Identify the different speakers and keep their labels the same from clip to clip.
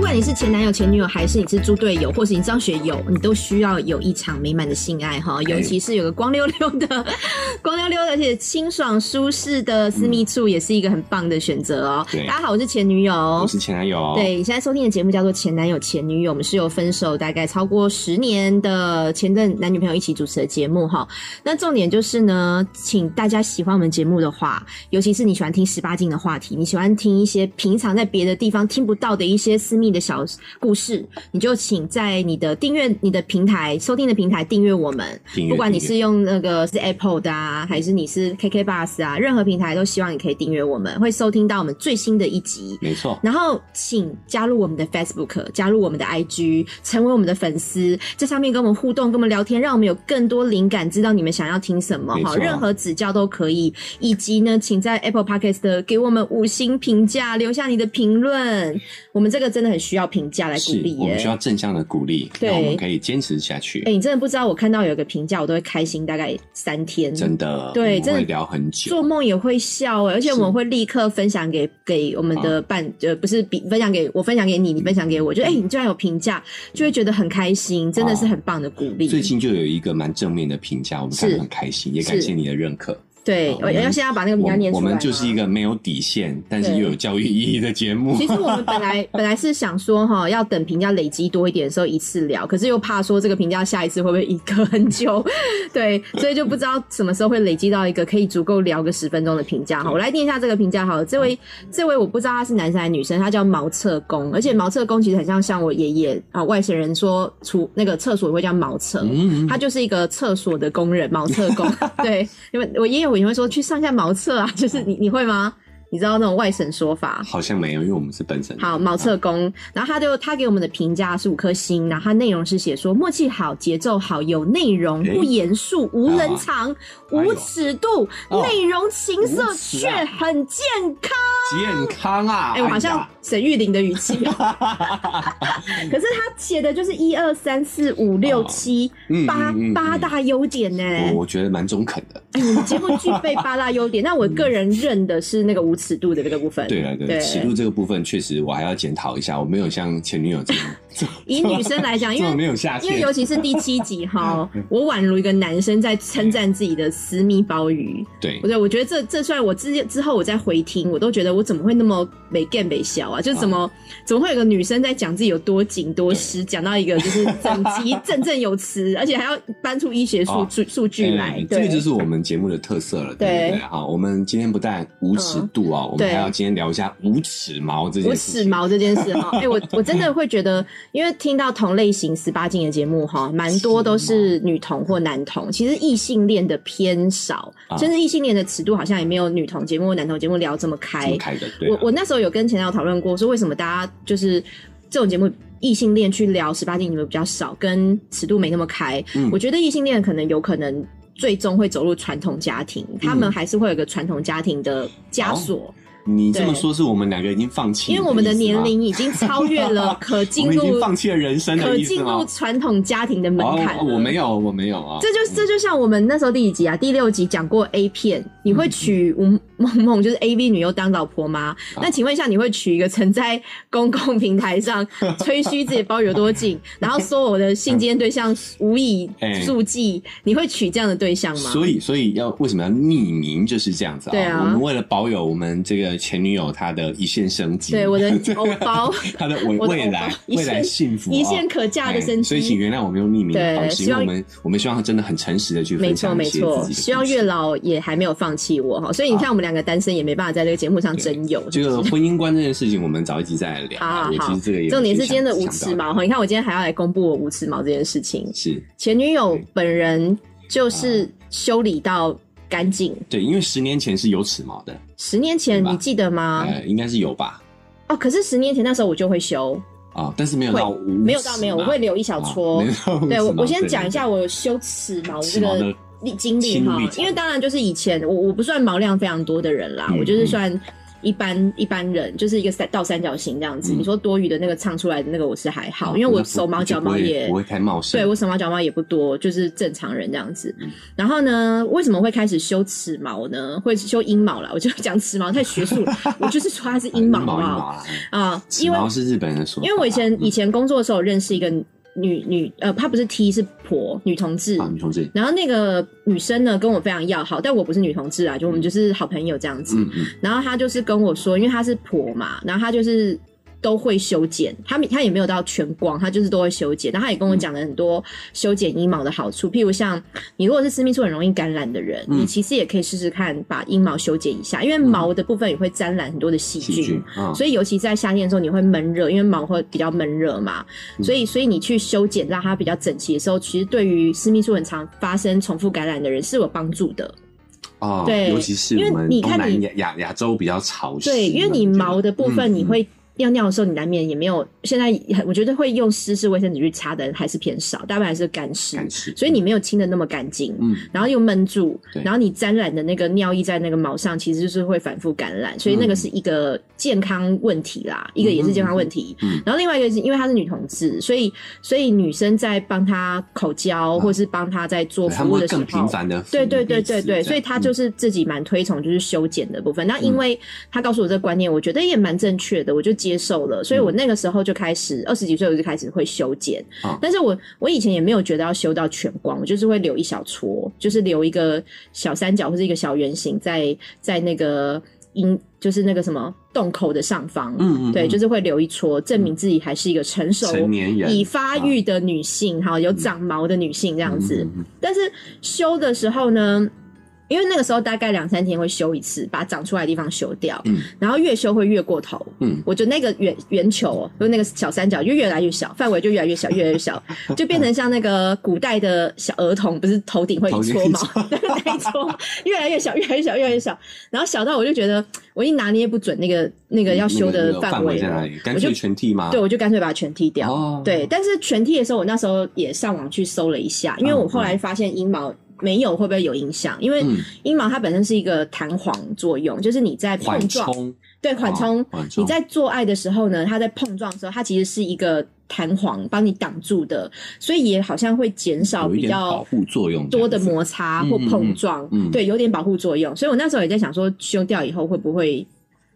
Speaker 1: 管你是前男友、前女友，还是你是猪队友，或是你张学友，你都需要有一场美满的性爱哈。
Speaker 2: 哎
Speaker 1: 尤其是有个光溜溜的、光溜溜的，而且清爽舒适的私密处，也是一个很棒的选择哦。
Speaker 2: 对
Speaker 1: 大家好，我是前女友
Speaker 2: 我，是前男友，，
Speaker 1: 哦对，你现在收听的节目叫做《前男友前女友》，我们是由分手大概超过十年的前任男女朋友一起主持的节目哈。那重点就是呢，请大家喜欢我们节目的话，尤其是你喜欢听十八禁的话题，你喜欢听一些平常在别的地方听不到的一些私密的小故事，你就请在你的订阅、你的平台收听的平台订阅我们，
Speaker 2: 订阅
Speaker 1: 不管你
Speaker 2: 订阅
Speaker 1: 是用那个是 Apple 的啊，还是你是 KK Bus 啊，任何平台都希望你可以订阅我们，会收听到我们最新的一集。
Speaker 2: 没错，
Speaker 1: 然后请加入我们的 Facebook，加入我们的 IG，成为我们的粉丝，在上面跟我们互动，跟我们聊天，让我们有更多灵感，知道你们想要听什么
Speaker 2: 没
Speaker 1: 哈。
Speaker 2: 错
Speaker 1: 任何指教都可以，以及呢，请在 Apple Podcast 的给我们五星评价，留下你的评论。我们这个真的很需要评价来鼓
Speaker 2: 是
Speaker 1: 励
Speaker 2: 我
Speaker 1: 耶
Speaker 2: 们。需要正向的鼓励，
Speaker 1: 对
Speaker 2: 让我们可以坚持下去
Speaker 1: 哎、，你真的不知道，我看到有一个评价，我都会开心大概三天。
Speaker 2: 真的，
Speaker 1: 对
Speaker 2: 我们
Speaker 1: 真的
Speaker 2: 会聊很
Speaker 1: 做
Speaker 2: 久，
Speaker 1: 梦也会笑、欸，而且我们会立刻分享给给我们
Speaker 2: 啊
Speaker 1: 的伴，呃，不是比分享给我，分享给你，你分享给我，
Speaker 2: 嗯
Speaker 1: 就哎、欸你居然有评价，就会觉得很开心，真的是很棒的鼓励。
Speaker 2: 啊最近就有一个蛮正面的评价，我们看
Speaker 1: 是
Speaker 2: 得很开心，也感
Speaker 1: 是
Speaker 2: 谢你的认可。
Speaker 1: 对，
Speaker 2: 哦
Speaker 1: 我
Speaker 2: 我们
Speaker 1: 要现在把那个名
Speaker 2: 我
Speaker 1: 单念出
Speaker 2: 我
Speaker 1: 来吗
Speaker 2: 们就是一。个没有底线，但是
Speaker 1: 对
Speaker 2: 又有教育意义的节目。
Speaker 1: 其实我们本来本来是想说哈，要等评价累积多一点的时候一次聊，可是又怕说这个评价下一次会不会一个很久，对，所以就不知道什么时候会累积到一个可以足够聊个十分钟的评价哈。我来念一下这个评价好了，这位这位我不知道他是男生还是女生，他叫茅厕公，而且茅厕公其实很像像我爷爷啊，外省人说出那个厕所会叫茅厕，
Speaker 2: 嗯，
Speaker 1: 他就是一个厕所的工人，茅厕工。对，因为我爷爷我也会说去上一下茅厕啊，就是你你会吗？你知道那种外省说法？
Speaker 2: 好像没有，因为我们是本省人。
Speaker 1: 好，茅厕工，然后他就他给我们的评价是五颗星，然后他内容是写说默契好，节奏好，有内容，
Speaker 2: 诶
Speaker 1: 不严肃，无冷场，
Speaker 2: 哎呦
Speaker 1: 无尺度，
Speaker 2: 哦
Speaker 1: 内容情色
Speaker 2: 无耻
Speaker 1: 却
Speaker 2: 啊
Speaker 1: 很健康。
Speaker 2: 健康啊！
Speaker 1: 哎、我好像沈玉玲的语气、哦， 可是他写的就是一二三四五六
Speaker 2: 哦
Speaker 1: 七
Speaker 2: 嗯
Speaker 1: 八
Speaker 2: 嗯嗯
Speaker 1: 八大优点呢、
Speaker 2: 哎呀我我觉得蛮中肯的。
Speaker 1: 哎，我们节目具备八大优点，那我个人认的是那个无尺度的这个部分。
Speaker 2: 对了，对了，尺度这个部分确实我还要检讨一下，我没有像前女友这样这么
Speaker 1: 以女生来啊讲，因
Speaker 2: 这么没
Speaker 1: 为
Speaker 2: 有下
Speaker 1: 因为
Speaker 2: 限
Speaker 1: 尤。其是第七集哈，
Speaker 2: 嗯
Speaker 1: 我宛如一个男生在称赞自己的私密鲍鱼。
Speaker 2: 对
Speaker 1: 我，对，我觉得这这算我之之后我再回听，我都觉得我怎么会那么没 g a 没笑啊？就怎么、怎么会有个女生在讲自己有多紧多
Speaker 2: 嗯
Speaker 1: 湿，讲到一个就是 整集振振有词，而且还要搬出医学数
Speaker 2: 哦
Speaker 1: 据、数据来。
Speaker 2: 哎这
Speaker 1: 对，
Speaker 2: 个就是我们节目的特色了，
Speaker 1: 对嗯
Speaker 2: 对不对？好，我们今天不但无尺度啊，我们
Speaker 1: 对
Speaker 2: 还要今天聊一下无尺毛这件
Speaker 1: 我
Speaker 2: 事
Speaker 1: 齿
Speaker 2: 情。
Speaker 1: 毛这件事 哈，哎、我我真的会觉得，因为听到同类型十八禁的节目哈，蛮多都是女同或男同，其实异性恋的偏少，
Speaker 2: 啊
Speaker 1: 甚至异性恋的尺度好像也没有女同节目、男同节目聊这么开。
Speaker 2: 怎么开的？对啊
Speaker 1: 我我那时候有跟前男友讨论过，说为什么大家就是这种节目异性恋去聊十八禁你们比较少，跟尺度没那么开。
Speaker 2: 嗯
Speaker 1: 我觉得异性恋可能有可能。最终会走入传统家庭，他
Speaker 2: 嗯
Speaker 1: 们还是会有一个传统家庭的枷锁。
Speaker 2: 你这么
Speaker 1: 对
Speaker 2: 说，是我们两个已经放弃，
Speaker 1: 因为我们的年，龄已经超越了可
Speaker 2: 我
Speaker 1: 进
Speaker 2: 们已经
Speaker 1: 入
Speaker 2: 放弃了人生
Speaker 1: 可
Speaker 2: 的意
Speaker 1: 进
Speaker 2: 思
Speaker 1: 入
Speaker 2: 吗？
Speaker 1: 传统家庭的门槛了、
Speaker 2: 哦，我没有，我没有啊。
Speaker 1: 这就这就像我们那时候第几集啊，第六集讲过 A 片，你会娶吴梦梦就是 A V 女优当老婆吗？
Speaker 2: 啊
Speaker 1: 那请问一下，你会娶一个曾在公共平台上吹嘘自己包有多紧，然后说我的性经验对象无以
Speaker 2: 哎
Speaker 1: 助记，你会娶这样的对象吗？
Speaker 2: 所以，所以要为什么要匿名就是这样子啊？
Speaker 1: 对啊
Speaker 2: 我们为了保有我们这个前女友她的一线生机，
Speaker 1: 对我的偶包，
Speaker 2: 她的未
Speaker 1: 我的
Speaker 2: 未来
Speaker 1: 偶包一
Speaker 2: 未
Speaker 1: 线
Speaker 2: 来幸福、哦，
Speaker 1: 一线可嫁的生
Speaker 2: 哎所以，请
Speaker 1: 机。
Speaker 2: 原谅我们用匿名的方
Speaker 1: 对
Speaker 2: 式，
Speaker 1: 希
Speaker 2: 因为
Speaker 1: 望
Speaker 2: 我们我们希望她真的很诚实的去
Speaker 1: 没
Speaker 2: 分
Speaker 1: 错
Speaker 2: 享一
Speaker 1: 没
Speaker 2: 些自己的
Speaker 1: 错
Speaker 2: 故，事。
Speaker 1: 希望月老也还没有放弃我哈，所以你看我们两个单身也没办法在这个节目上
Speaker 2: 对
Speaker 1: 真有。
Speaker 2: 这个婚姻观这件事情，我们早一集再来聊
Speaker 1: 好
Speaker 2: 啊。
Speaker 1: 好
Speaker 2: 我
Speaker 1: 好
Speaker 2: 其实这个也
Speaker 1: 重点是
Speaker 2: 有
Speaker 1: 今天的
Speaker 2: 想
Speaker 1: 无
Speaker 2: 想
Speaker 1: 尺
Speaker 2: 到
Speaker 1: 毛哈，你看我今天还要来公布我无尺毛这件事情。
Speaker 2: 是
Speaker 1: 前女友
Speaker 2: 对
Speaker 1: 本人就是修理到干净，
Speaker 2: 对，因为十年前是有齿毛的，
Speaker 1: 十年前
Speaker 2: 对吧
Speaker 1: 你记得吗？
Speaker 2: 呃，应该是有吧？
Speaker 1: 哦，可是十年前那时候我就会修，
Speaker 2: 啊，但是没有
Speaker 1: 会
Speaker 2: 到没
Speaker 1: 没有到没有，我会留一小撮
Speaker 2: 啊没。有到无
Speaker 1: 对，我
Speaker 2: 齿毛
Speaker 1: 我先
Speaker 2: 对
Speaker 1: 讲一
Speaker 2: 对
Speaker 1: 下我修齿毛这
Speaker 2: 齿毛
Speaker 1: 个
Speaker 2: 的
Speaker 1: 历经历
Speaker 2: 心路
Speaker 1: 哈
Speaker 2: 历，程
Speaker 1: 因为当然就是以前我我不算毛量非常多的人啦，
Speaker 2: 嗯
Speaker 1: 我就是算一般一般人，就是一个三倒三角形这样子。
Speaker 2: 嗯
Speaker 1: 你说多余的那个唱出来的那个，我是还好，因为
Speaker 2: 那
Speaker 1: 我
Speaker 2: 不
Speaker 1: 手毛
Speaker 2: 就
Speaker 1: 脚
Speaker 2: 不
Speaker 1: 毛
Speaker 2: 会
Speaker 1: 也
Speaker 2: 不会太冒险。啊
Speaker 1: 对我手毛脚毛也不多，就是正常人这样子。
Speaker 2: 嗯
Speaker 1: 然后呢，为什么会开始修齿毛呢？会修阴毛啦，我就讲齿毛太学术了，我就是说它是
Speaker 2: 啊
Speaker 1: 阴毛
Speaker 2: 阴
Speaker 1: 好
Speaker 2: 毛
Speaker 1: 不
Speaker 2: 阴
Speaker 1: 好
Speaker 2: 毛啦，
Speaker 1: 啊，
Speaker 2: 齿
Speaker 1: 因为
Speaker 2: 毛是日本人的说法
Speaker 1: 因
Speaker 2: 啦，
Speaker 1: 为我以前
Speaker 2: 嗯
Speaker 1: 以前工作的时候有认识一个女女呃，她不是 T 是婆女同志
Speaker 2: 啊，女同志，
Speaker 1: 然后那个女生呢跟我非常要好，但我不是女同志啊，就我们
Speaker 2: 嗯
Speaker 1: 就是好朋友这样子。
Speaker 2: 嗯嗯，
Speaker 1: 然后她就是跟我说，因为她是婆嘛，然后她就是都会修剪，她没她也没有到全光，她就是都会修剪。然后她也跟我讲了很多修剪阴毛的好处，譬如像你如果是私密处很容易感染的人，
Speaker 2: 嗯
Speaker 1: 你其实也可以试试看把阴毛修剪一下，因为毛的部分也会沾染很多的细
Speaker 2: 细菌啊，
Speaker 1: 所以尤其在夏天的时候，你会闷热，因为毛会比较闷热嘛，
Speaker 2: 嗯
Speaker 1: 所以所以你去修剪让它比较整齐的时候，其实对于私密处很常发生重复感染的人是有帮助的。
Speaker 2: 哦，
Speaker 1: 对
Speaker 2: 尤其是
Speaker 1: 因为
Speaker 2: 我们
Speaker 1: 你
Speaker 2: 东
Speaker 1: 看
Speaker 2: 南
Speaker 1: 你
Speaker 2: 亚亚亚洲比较潮湿嘛，
Speaker 1: 对，因为你
Speaker 2: 我觉得
Speaker 1: 毛的部分
Speaker 2: 嗯
Speaker 1: 你会。尿尿的时候，你难免也没有。现在很我觉得会用湿式卫生纸去擦的人还是偏少，大部分还是干湿，
Speaker 2: 干湿，
Speaker 1: 所以你没有清的那么干净。
Speaker 2: 嗯
Speaker 1: 然后又闷住，
Speaker 2: 对
Speaker 1: 然后你沾染的那个尿液在那个毛上，其实就是会反复感染，所以
Speaker 2: 嗯
Speaker 1: 那个是一个健康问题啦，一个也是健康问题。
Speaker 2: 嗯
Speaker 1: 然后另外一个是因为她是女同志，所以所以女生在帮她口交、
Speaker 2: 嗯
Speaker 1: 或是帮她在做
Speaker 2: 对他
Speaker 1: 服务
Speaker 2: 们会
Speaker 1: 的时候
Speaker 2: 更，频繁的，
Speaker 1: 对对对对对，所以她
Speaker 2: 嗯
Speaker 1: 就是是自己蛮推崇就是修剪的部分。那因为她告诉我这个观念，我觉得也蛮正确的，我就接受了。所以
Speaker 2: 嗯
Speaker 1: 我那个时候就开始，二十几岁我就开始会修剪
Speaker 2: 啊。
Speaker 1: 但是我我以前也没有觉得要修到全光，我就是会留一小撮，就是留一个小三角或是一个小圆形在在那个阴，就是那个什么洞口的上方。
Speaker 2: 嗯嗯
Speaker 1: 对，
Speaker 2: 嗯
Speaker 1: 就是会留一撮，证明自己还是一个成熟、
Speaker 2: 成年人
Speaker 1: 已发育的女性，哈，有长毛的女性这
Speaker 2: 这
Speaker 1: 样子。，
Speaker 2: 嗯嗯嗯
Speaker 1: 但是修的时候呢，因为那个时候大概两三天会修一次，把长出来的地方修掉，
Speaker 2: 嗯
Speaker 1: 然后越修会越过头。
Speaker 2: 嗯
Speaker 1: 我就那个圆圆球，就那个小三角就越来越小，范围就越来越小，越来越小，就变成像那个古代的小儿童，不是头顶会一撮毛， 那一撮越来越小，越来越小，越来越小，然后小到我就觉得我已经拿捏不准那个那个要修
Speaker 2: 那
Speaker 1: 的
Speaker 2: 个
Speaker 1: 范
Speaker 2: 范
Speaker 1: 围
Speaker 2: 在哪
Speaker 1: 了，
Speaker 2: 里？干
Speaker 1: 我就
Speaker 2: 脆全剃吗？
Speaker 1: 对，我就干脆把它全剃掉。
Speaker 2: 哦，
Speaker 1: 对，但是全剃的时候，我那时候也上网去搜了一下，因为我后来发现阴毛没有会不会有影响，因为
Speaker 2: 嗯，
Speaker 1: 阴毛它本身是一个弹簧作用，就是你在碰
Speaker 2: 缓
Speaker 1: 撞，
Speaker 2: 冲，
Speaker 1: 对缓冲
Speaker 2: 啊，缓冲，
Speaker 1: 你在做爱的时候呢，它在碰撞的时候，它其实是一个弹簧帮你挡住的，所以也好像会减少
Speaker 2: 有一
Speaker 1: 比
Speaker 2: 点保
Speaker 1: 较。
Speaker 2: 护作用这
Speaker 1: 多
Speaker 2: 样子，
Speaker 1: 的摩擦或碰撞，
Speaker 2: 嗯嗯嗯
Speaker 1: 对，有点保护作用，所以我那时候也在想说，修掉以后会不会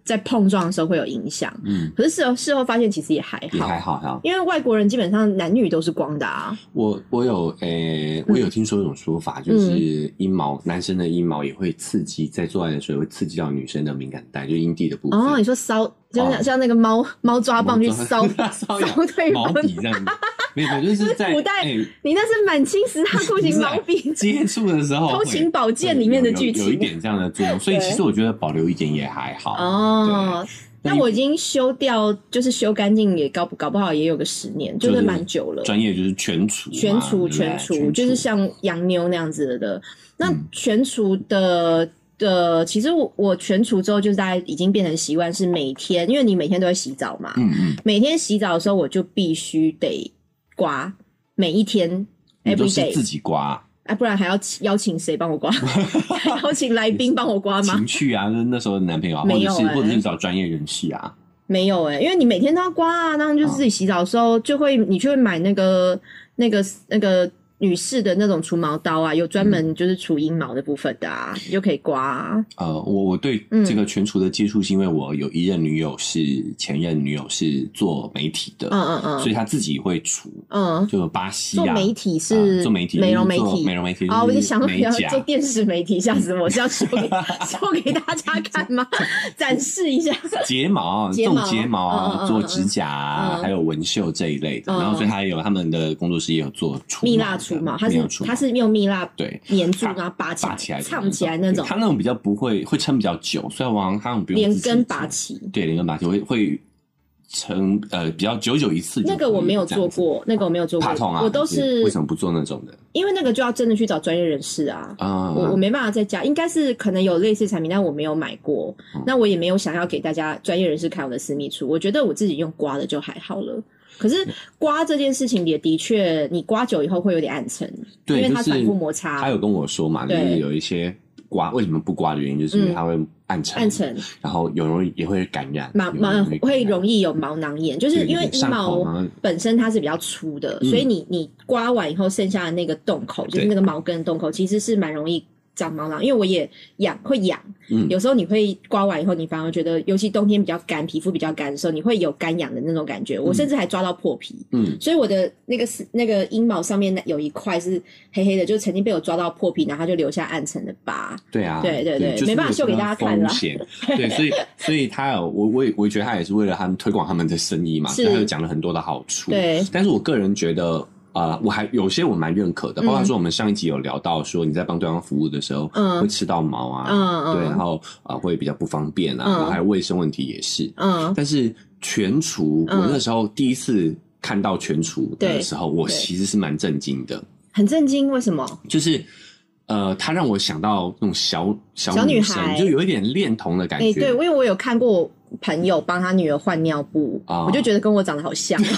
Speaker 1: 在碰撞的时候会有影响？
Speaker 2: 嗯，
Speaker 1: 可是事后事后发现其实也还
Speaker 2: 也
Speaker 1: 好，
Speaker 2: 还好还好。
Speaker 1: 因为外国人基本上男女都是光的啊，
Speaker 2: 我我有诶、
Speaker 1: 嗯
Speaker 2: 我有听说一种说法，就是阴毛，男生的阴毛也会刺激，在做爱的时候也会刺激到女生的敏感带，就阴蒂的部分。
Speaker 1: 哦，你说搔，就像、
Speaker 2: 哦
Speaker 1: 像那个猫猫抓棒去 搔
Speaker 2: 搔痒
Speaker 1: 搔对
Speaker 2: 毛
Speaker 1: 方，
Speaker 2: 笔这样子， 没有，没有就是在
Speaker 1: 古代
Speaker 2: 诶
Speaker 1: 你那是满清十大酷 刑
Speaker 2: 啊
Speaker 1: 毛笔
Speaker 2: 接触的时候
Speaker 1: 偷
Speaker 2: 会，
Speaker 1: 情宝剑里面的剧
Speaker 2: 有有有一
Speaker 1: 情
Speaker 2: 点这样的作用，所以
Speaker 1: 对
Speaker 2: 其实我觉得保留一点也还好。
Speaker 1: 哦。那
Speaker 2: 那
Speaker 1: 我已经修掉，就是修干净也搞不搞不好也有个十年，
Speaker 2: 就是
Speaker 1: 真的蛮久了。
Speaker 2: 专业就是全除嘛，
Speaker 1: 全除
Speaker 2: 对不对
Speaker 1: 全除，
Speaker 2: 除
Speaker 1: 就是像洋妞那样子的。那
Speaker 2: 嗯
Speaker 1: 全除的的，其实我我全除之后，就是大概已经变成习惯，是每天，因为你每天都会洗澡嘛，
Speaker 2: 嗯嗯，
Speaker 1: 每天洗澡的时候，我就必须得刮，每一天
Speaker 2: 你都
Speaker 1: every
Speaker 2: 是自
Speaker 1: day，
Speaker 2: 己刮
Speaker 1: 啊，不然还要邀请谁帮我 刮？邀请来宾帮我刮吗
Speaker 2: 情？趣啊，就是那时候的男朋友啊，或
Speaker 1: 没
Speaker 2: 者
Speaker 1: 有
Speaker 2: 是
Speaker 1: 欸
Speaker 2: 或者是找专业人士啊，
Speaker 1: 没有哎、因为你每天都要刮啊，当然就是自
Speaker 2: 哦
Speaker 1: 己洗澡的时候就会，你就会买那个那个那个。女士的那种除毛刀啊，有专
Speaker 2: 嗯
Speaker 1: 门就是除阴毛的部分的啊，你就可以刮、啊。
Speaker 2: 呃，我我对
Speaker 1: 嗯
Speaker 2: 这个全厨的接触是因为我有一任女友是前任女友是做媒体的，
Speaker 1: 嗯嗯嗯，
Speaker 2: 所以她自己会厨，
Speaker 1: 嗯，
Speaker 2: 就巴西
Speaker 1: 做
Speaker 2: 啊，
Speaker 1: 媒体是、
Speaker 2: 啊做媒体
Speaker 1: 美容媒
Speaker 2: 就是做
Speaker 1: 体，
Speaker 2: 美容媒体
Speaker 1: 啊，我
Speaker 2: 就
Speaker 1: 就是想说
Speaker 2: 美
Speaker 1: 你要
Speaker 2: 甲
Speaker 1: 做电视媒体，吓 死我！是要秀给 秀给大家看吗？展示一 下。
Speaker 2: 睫毛、啊
Speaker 1: 睫毛
Speaker 2: 种睫毛
Speaker 1: 嗯嗯
Speaker 2: 啊、
Speaker 1: 嗯
Speaker 2: 做指甲
Speaker 1: 嗯
Speaker 2: 啊，还有纹绣这一类的，
Speaker 1: 嗯
Speaker 2: 然后所以她也有他们的工作室也有做除
Speaker 1: 蜜蜡除
Speaker 2: 除
Speaker 1: 毛，它是
Speaker 2: 除
Speaker 1: 它是用蜜蜡
Speaker 2: 对。
Speaker 1: 粘住，然后拔起
Speaker 2: 拔
Speaker 1: 来、
Speaker 2: 起来的那种，
Speaker 1: 唱起来那种
Speaker 2: 对，它那种比较不会，会撑比较久。虽然往它们不用
Speaker 1: 连
Speaker 2: 自己
Speaker 1: 根
Speaker 2: 做
Speaker 1: 拔起。
Speaker 2: 对，连根拔起会会成呃比较久久一次就可以
Speaker 1: 那
Speaker 2: 了。
Speaker 1: 个我没有
Speaker 2: 这
Speaker 1: 做
Speaker 2: 样子，
Speaker 1: 过，那个我没有做
Speaker 2: 怕痛
Speaker 1: 过，
Speaker 2: 啊！
Speaker 1: 我都
Speaker 2: 你
Speaker 1: 是
Speaker 2: 为什么不做那种的
Speaker 1: 因为那个就要真的去找专业人士啊。
Speaker 2: 啊？
Speaker 1: 我我没办法在家，应该是可能有类似产品，但我没有买过
Speaker 2: 嗯。
Speaker 1: 那我也没有想要给大家专业人士看我的私密处，我觉得我自己用刮的就还好了。可
Speaker 2: 嗯
Speaker 1: 是刮这件事情也的确，你刮久以后会有点暗沉，因
Speaker 2: 对，
Speaker 1: 为
Speaker 2: 就
Speaker 1: 它
Speaker 2: 是
Speaker 1: 反复摩
Speaker 2: 他
Speaker 1: 擦。
Speaker 2: 有跟我说嘛，就
Speaker 1: 对嗯
Speaker 2: 是有一些。刮，为什么不刮的原因，就是因为它会暗沉，
Speaker 1: 暗沉，
Speaker 2: 然后有容易也会感染，
Speaker 1: 毛毛
Speaker 2: 有人
Speaker 1: 会
Speaker 2: 感染
Speaker 1: 容易有毛囊炎，就是
Speaker 2: 对
Speaker 1: 因为
Speaker 2: 你
Speaker 1: 阴
Speaker 2: 上头
Speaker 1: 毛
Speaker 2: 嘛
Speaker 1: 本身它是比较粗的，
Speaker 2: 嗯
Speaker 1: 所以你你刮完以后剩下的那个洞口，就是
Speaker 2: 对
Speaker 1: 那个毛根的洞口，其实是蛮容易。长毛囊，因为我也痒，会痒。
Speaker 2: 嗯
Speaker 1: 有时候你会刮完以后，你反而觉得，尤其冬天比较干，皮肤比较干的时候，你会有干痒的那种感觉。我甚至还抓到破皮，
Speaker 2: 嗯，
Speaker 1: 所以我的那个是那个阴毛上面那有一块是黑黑的，就曾经被我抓到破皮，然后它就留下暗沉的疤。
Speaker 2: 对啊，
Speaker 1: 对对对
Speaker 2: 就是
Speaker 1: 没办法秀给大家看
Speaker 2: 有
Speaker 1: 啦
Speaker 2: 风险，对， 所以所以他有我我也我觉得他也是为了他们推广他们的生意嘛，
Speaker 1: 是
Speaker 2: 所以他有讲了很多的好处，
Speaker 1: 对，
Speaker 2: 但是我个人觉得，呃，我还有些我蛮认可的，包括说我们上一集有聊到说你在帮对方服务的时候
Speaker 1: 嗯
Speaker 2: 会吃到毛啊，
Speaker 1: 嗯
Speaker 2: 对，然
Speaker 1: 嗯
Speaker 2: 后啊、呃会比较不方便啊，
Speaker 1: 嗯
Speaker 2: 然后还有卫生问题也是。
Speaker 1: 嗯，
Speaker 2: 但是全除，
Speaker 1: 嗯
Speaker 2: 我那时候第一次看到全除
Speaker 1: 对
Speaker 2: 的时候，我
Speaker 1: 对
Speaker 2: 其实是蛮震惊的，
Speaker 1: 很震惊，为什么？
Speaker 2: 就是。呃，他让我想到那种小小
Speaker 1: 小女
Speaker 2: 生，
Speaker 1: 孩
Speaker 2: 就有一点恋童的感
Speaker 1: 哎、
Speaker 2: 觉。
Speaker 1: 对，因为我有看过我朋友帮他女儿换尿布，
Speaker 2: 啊
Speaker 1: 我就觉得跟我长得好 像，就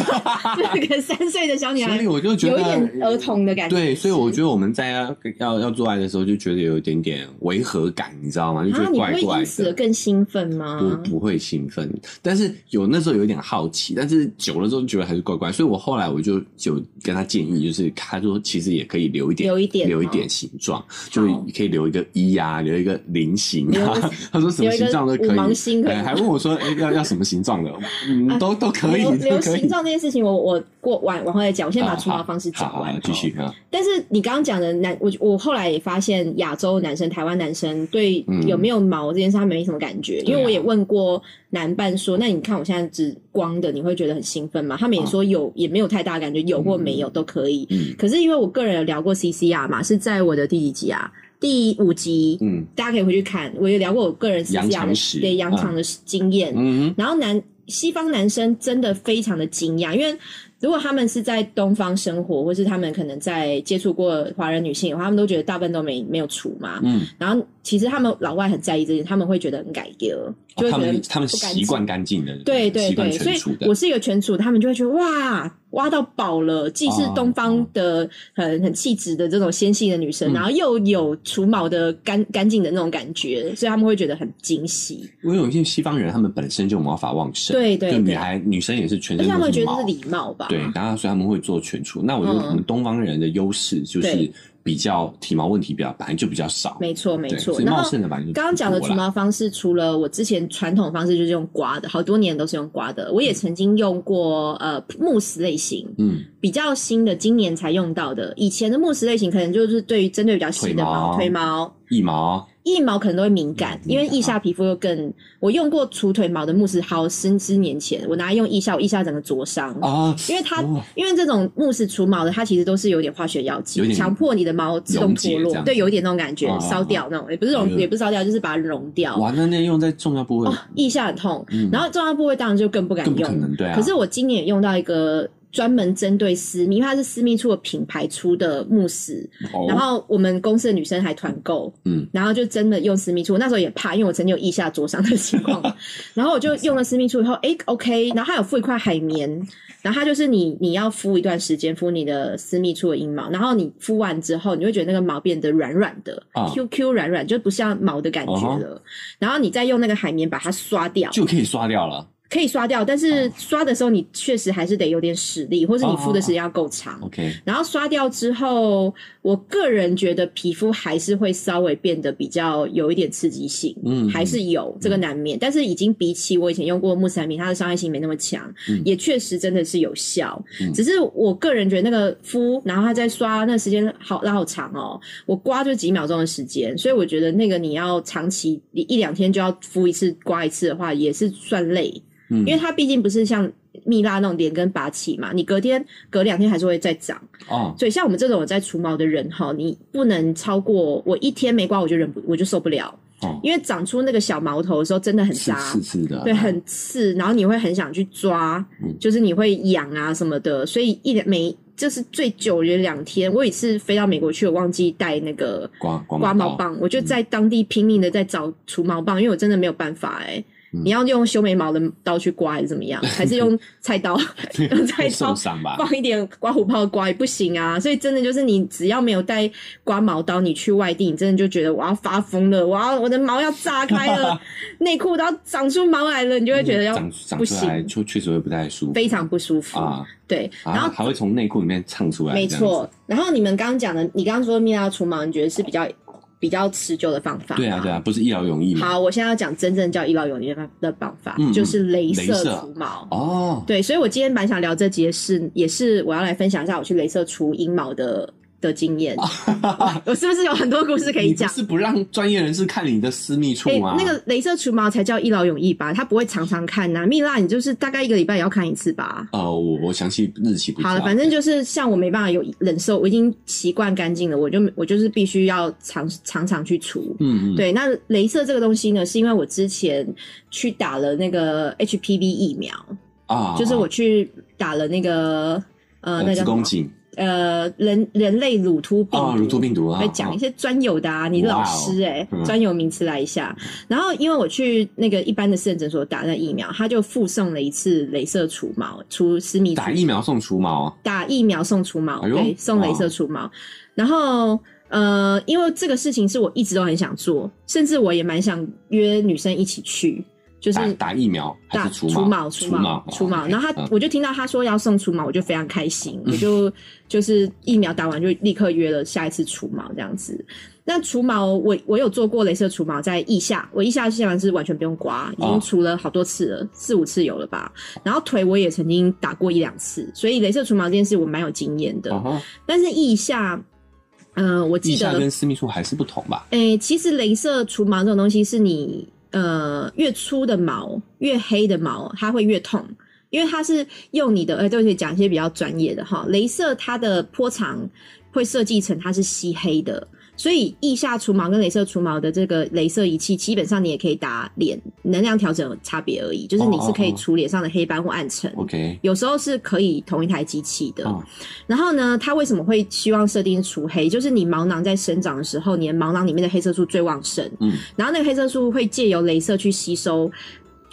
Speaker 1: 是跟三岁的小女
Speaker 2: 所
Speaker 1: 孩
Speaker 2: 以我就觉
Speaker 1: 有
Speaker 2: 得
Speaker 1: 一点儿童的感觉。
Speaker 2: 对，所以我
Speaker 1: 是
Speaker 2: 觉得我们在要要要做爱的时候，就觉得有一点点违和感，你知道吗？就觉
Speaker 1: 啊，
Speaker 2: 得
Speaker 1: 你
Speaker 2: 怪
Speaker 1: 不会
Speaker 2: 怪
Speaker 1: 因此而
Speaker 2: 的。
Speaker 1: 更兴奋吗？
Speaker 2: 不不会兴奋，但是有那时候有一点好奇，但是久了之后就觉得还是怪怪，所以我后来我就就跟他建议，就是他说其实也可以留一点，
Speaker 1: 留一点
Speaker 2: 留一
Speaker 1: 哦
Speaker 2: 点形状，就是
Speaker 1: 好
Speaker 2: 可以留一个一啊，留一个菱形
Speaker 1: 留一
Speaker 2: 啊
Speaker 1: 个，
Speaker 2: 他说什么形状都
Speaker 1: 嗯留一个
Speaker 2: 可
Speaker 1: 五芒
Speaker 2: 以，
Speaker 1: 星可以
Speaker 2: 哎
Speaker 1: 吗
Speaker 2: 还问我说哎要要什么形状的，
Speaker 1: 啊
Speaker 2: 嗯，都都可以，
Speaker 1: 留
Speaker 2: 都
Speaker 1: 留
Speaker 2: 可
Speaker 1: 形
Speaker 2: 以。
Speaker 1: 状这件事情我，我过晚往后再讲，我先把
Speaker 2: 啊
Speaker 1: 除毛方式
Speaker 2: 好
Speaker 1: 讲
Speaker 2: 好
Speaker 1: 完
Speaker 2: 好
Speaker 1: 哦。
Speaker 2: 继续啊，
Speaker 1: 但是你刚刚讲的男，我我后来也发现亚洲男生、台湾男生对
Speaker 2: 嗯
Speaker 1: 有没有毛这件事他没什么感觉，
Speaker 2: 对啊
Speaker 1: 因为我也问过男伴说，那你看我现在只光的，你会觉得很兴奋吗？他们也说有，也没有太大感觉，有或没有都可以。
Speaker 2: 嗯
Speaker 1: 可是因为我个人有聊过 CCR 嘛，是在我的第几集啊？第五集，
Speaker 2: 嗯
Speaker 1: 大家可以回去看，我有聊过我个人
Speaker 2: 扬
Speaker 1: CCR
Speaker 2: 长史
Speaker 1: 的对扬
Speaker 2: 嗯
Speaker 1: 长的经验。
Speaker 2: 嗯
Speaker 1: 然后男西方男生真的非常的惊讶，因为如果他们是在东方生活，或是他们可能在接触过华人女性的话，他们都觉得大部分都没没有除嘛。
Speaker 2: 嗯，
Speaker 1: 然后其实他们老外很在意这件，他们会觉得很改革，就会
Speaker 2: 哦他
Speaker 1: 觉得
Speaker 2: 们他们
Speaker 1: 不干
Speaker 2: 习
Speaker 1: 净
Speaker 2: 惯干净的，
Speaker 1: 对对
Speaker 2: 习惯
Speaker 1: 对，所
Speaker 2: 全
Speaker 1: 以
Speaker 2: 除的
Speaker 1: 我。是一个全厨，他们就会觉得哇，挖到宝了，既是东方的很很气质的这种纤细的女生，
Speaker 2: 嗯
Speaker 1: 然后又有除毛的干干净的那种感觉，所以他们会觉得很惊喜。
Speaker 2: 因为有一些西方人，他们本身就毛发旺盛，
Speaker 1: 对对
Speaker 2: 就女
Speaker 1: 对，
Speaker 2: 孩女生也是全
Speaker 1: 而且
Speaker 2: 身
Speaker 1: 他们
Speaker 2: 都
Speaker 1: 觉得这
Speaker 2: 毛
Speaker 1: 是礼貌吧？
Speaker 2: 对，然后所以他们会做全除。那我觉得
Speaker 1: 嗯
Speaker 2: 我们东方人的优势就
Speaker 1: 对
Speaker 2: 是比较体毛问题比较本来就比较少，
Speaker 1: 没错，没
Speaker 2: 对
Speaker 1: 错。
Speaker 2: 所以
Speaker 1: 然
Speaker 2: 茂
Speaker 1: 后
Speaker 2: 盛的本来就
Speaker 1: 刚刚讲的
Speaker 2: 不
Speaker 1: 除
Speaker 2: 多啦
Speaker 1: 毛方式，除了我之前传统方式就是用刮的，好多年都是用刮的。我也曾经用过呃慕斯类型，
Speaker 2: 嗯
Speaker 1: 比较新的，今年才用到的。以前的慕斯类型可能就是对于针对比较细的毛、腿
Speaker 2: 腿
Speaker 1: 毛。
Speaker 2: 腋毛
Speaker 1: 腋毛可能都会敏感，
Speaker 2: 嗯
Speaker 1: 因为
Speaker 2: 敏感
Speaker 1: 腋下皮肤又更……我用过除腿毛的慕斯好十十年前，我拿来用腋下，我腋下整个灼伤，
Speaker 2: 啊，
Speaker 1: 嗯因为它
Speaker 2: 哦
Speaker 1: 因为这种慕斯除毛的，它其实都是有点化学药
Speaker 2: 有
Speaker 1: 剂，
Speaker 2: 点
Speaker 1: 强迫你的毛自动
Speaker 2: 溶解
Speaker 1: 脱落
Speaker 2: 这，样子
Speaker 1: 对，有一点那种感觉
Speaker 2: 啊，啊啊
Speaker 1: 烧掉那种，也不是融，
Speaker 2: 嗯
Speaker 1: 也不是烧掉，就是把它融掉。
Speaker 2: 哇，那那用在重要部位
Speaker 1: 哦，腋下很痛，
Speaker 2: 嗯
Speaker 1: 然后重要部位当然就更不敢
Speaker 2: 更不可
Speaker 1: 用。
Speaker 2: 能对啊。
Speaker 1: 可是我今年也用到一个专门针对私密，因为它是私密处的品牌出的慕斯，
Speaker 2: 哦
Speaker 1: 然后我们公司的女生还团购，
Speaker 2: 嗯，
Speaker 1: 然后就真的用私密处。我那时候也怕，因为我曾经有腋下灼伤的情 况，然后我就用了私密处以后，诶 o k 然后它有附一块海绵，然后它就是你你要敷一段时间，敷你的私密处的阴毛，然后你敷完之后，你会觉得那个毛变得软软的、
Speaker 2: 啊哦
Speaker 1: q q 软软，就不像毛的感觉了。然后你再用那个海绵把它刷掉，
Speaker 2: 就可以刷掉了。
Speaker 1: 可以刷掉，但是
Speaker 2: 哦
Speaker 1: 刷的时候你确实还是得有点使力，或是你敷的时间要够长。
Speaker 2: OK，
Speaker 1: 然后刷掉之后，我个人觉得皮肤还是会稍微变得比较有一点刺激性，
Speaker 2: 嗯
Speaker 1: 还是有这个难免。但是已经比起我以前用过的木产品，它的伤害性没那么强，
Speaker 2: 嗯
Speaker 1: 也确实真的是有效。
Speaker 2: 嗯
Speaker 1: 只是我个人觉得那个敷，然后它在刷，那时间好拉好长哦，我刮就几秒钟的时间，所以我觉得那个你要长期你一两天就要敷一次、刮一次的话，也是算累。
Speaker 2: 嗯
Speaker 1: 因为它毕竟不是像蜜蜡那种连根拔起嘛，你隔天隔两天还是会再长。
Speaker 2: 哦，
Speaker 1: 所以像我们这种有在除毛的人哈，你不能超过我一天没刮，我就忍不，我就受不了，
Speaker 2: 哦
Speaker 1: 因为长出那个小毛头的时候真的很
Speaker 2: 刺
Speaker 1: 扎，
Speaker 2: 刺刺的，
Speaker 1: 对，很刺，然后你会很想去抓，
Speaker 2: 嗯
Speaker 1: 就是你会痒啊什么的，所以一两每就是最久也两天。我有一次飞到美国去，我忘记带那个
Speaker 2: 刮刮
Speaker 1: 刮毛
Speaker 2: 刀，嗯
Speaker 1: 棒，我就在当地拼命的在找除毛棒，因为我真的没有办法哎、
Speaker 2: 嗯
Speaker 1: 你要用修眉毛的刀去刮还是怎么样？还是 用菜刀？用菜
Speaker 2: 会
Speaker 1: 刀
Speaker 2: 受伤吧？
Speaker 1: 放一点刮胡泡刮也不行啊。所以真的就是你只要没有带刮毛刀，你去外地，你真的就觉得我要发疯了，我要我的毛要炸开 了，内裤都要长出毛来了，你就会觉得要
Speaker 2: 嗯长长
Speaker 1: 不
Speaker 2: 出来
Speaker 1: 行，
Speaker 2: 就确实会不太舒服，
Speaker 1: 非常不舒服。
Speaker 2: 啊
Speaker 1: 对，然后
Speaker 2: 啊，还会从内裤里面唱出来，
Speaker 1: 没
Speaker 2: 这样子
Speaker 1: 错，然后你们刚刚讲的，你刚刚说蜜蜡除毛，你觉得是比较比较持久的方法？
Speaker 2: 对啊，对。啊，不是一劳永逸嘛？
Speaker 1: 好，我现在要讲真正叫医疗有益的方法，
Speaker 2: 嗯嗯
Speaker 1: 就是镭
Speaker 2: 镭
Speaker 1: 射
Speaker 2: 射
Speaker 1: 除毛。
Speaker 2: 哦，
Speaker 1: 对，所以我今天蛮想聊这节是，也是我要来分享一下我去镭射除阴毛的的经 验。我是不是有很多故事可以
Speaker 2: 你不
Speaker 1: 讲？
Speaker 2: 是啊不让专业人士看你的私密处
Speaker 1: 哎、
Speaker 2: 吗？
Speaker 1: 那个镭射除毛才叫一劳永逸吧？它不会常常看呐、蜜蜡你就是大概一个礼拜也要看一次吧。
Speaker 2: 呃，我我详细日期不知道
Speaker 1: 好了，反正就是像我没办法有忍受，我已经习惯干净了，我就我就是必须要常常常去除。
Speaker 2: 嗯嗯，
Speaker 1: 对，那镭射这个东西呢，是因为我之前去打了那个 HPV 疫苗，
Speaker 2: 啊，
Speaker 1: 就是我去打了那个呃，那
Speaker 2: 呃
Speaker 1: 叫
Speaker 2: 子
Speaker 1: 什么
Speaker 2: 宫颈
Speaker 1: 呃人人类乳突病毒，
Speaker 2: 啊，乳头病毒啊，
Speaker 1: 会讲一
Speaker 2: 啊
Speaker 1: 些专有的啊，你老师哎、
Speaker 2: 嗯
Speaker 1: 专有名词来一下。然后因为我去那个一般的私人诊所打那疫苗，他就附送了一次镭射除毛，除私密处
Speaker 2: 啊打疫苗送除毛啊
Speaker 1: 打疫苗送除毛，
Speaker 2: 哎呦
Speaker 1: 对，送镭射除毛。然后呃，因为这个事情是我一直都很想做，甚至我也蛮想约女生一起去，就是
Speaker 2: 打打疫苗还
Speaker 1: 打
Speaker 2: 是除
Speaker 1: 除
Speaker 2: 毛？哦嗯
Speaker 1: 毛除毛除毛，然后他、我就听到他说要送除毛，我就非常开心，我就就是疫苗打完就立刻约了下一次除毛这样子。那除毛我我有做过镭射除毛，在腋下，我腋下现在是完全不用刮，已经
Speaker 2: 哦
Speaker 1: 除了好多次了，四五次有了吧。然后腿我也曾经打过一两次，所以镭射除毛这件事我蛮有经验的。
Speaker 2: 的
Speaker 1: 但是腋下，呃，我
Speaker 2: 哦嗯腋
Speaker 1: 记
Speaker 2: 下
Speaker 1: 得
Speaker 2: 跟私密处还是不同吧？
Speaker 1: 诶、其实镭射除毛这种东西是你呃越粗的毛越黑的毛，它会越痛，因为它是用你的呃，对不起，讲一些比较专业的哈，镭射它的波长会设计成它是吸黑的。所以腋下除毛跟镭射除毛的这个镭射仪器，基本上你也可以打脸，能量调整有差别而已，就是你是可以
Speaker 2: 哦哦哦
Speaker 1: 除脸上的黑斑或暗沉。
Speaker 2: OK，
Speaker 1: 有时候是可以同一台机器的。
Speaker 2: 哦
Speaker 1: 然后呢，它为什么会希望设定是除黑？就是你毛囊在生长的时候，你的毛囊里面的黑色素最旺盛，
Speaker 2: 嗯，
Speaker 1: 然后那个黑色素会借由镭射去吸收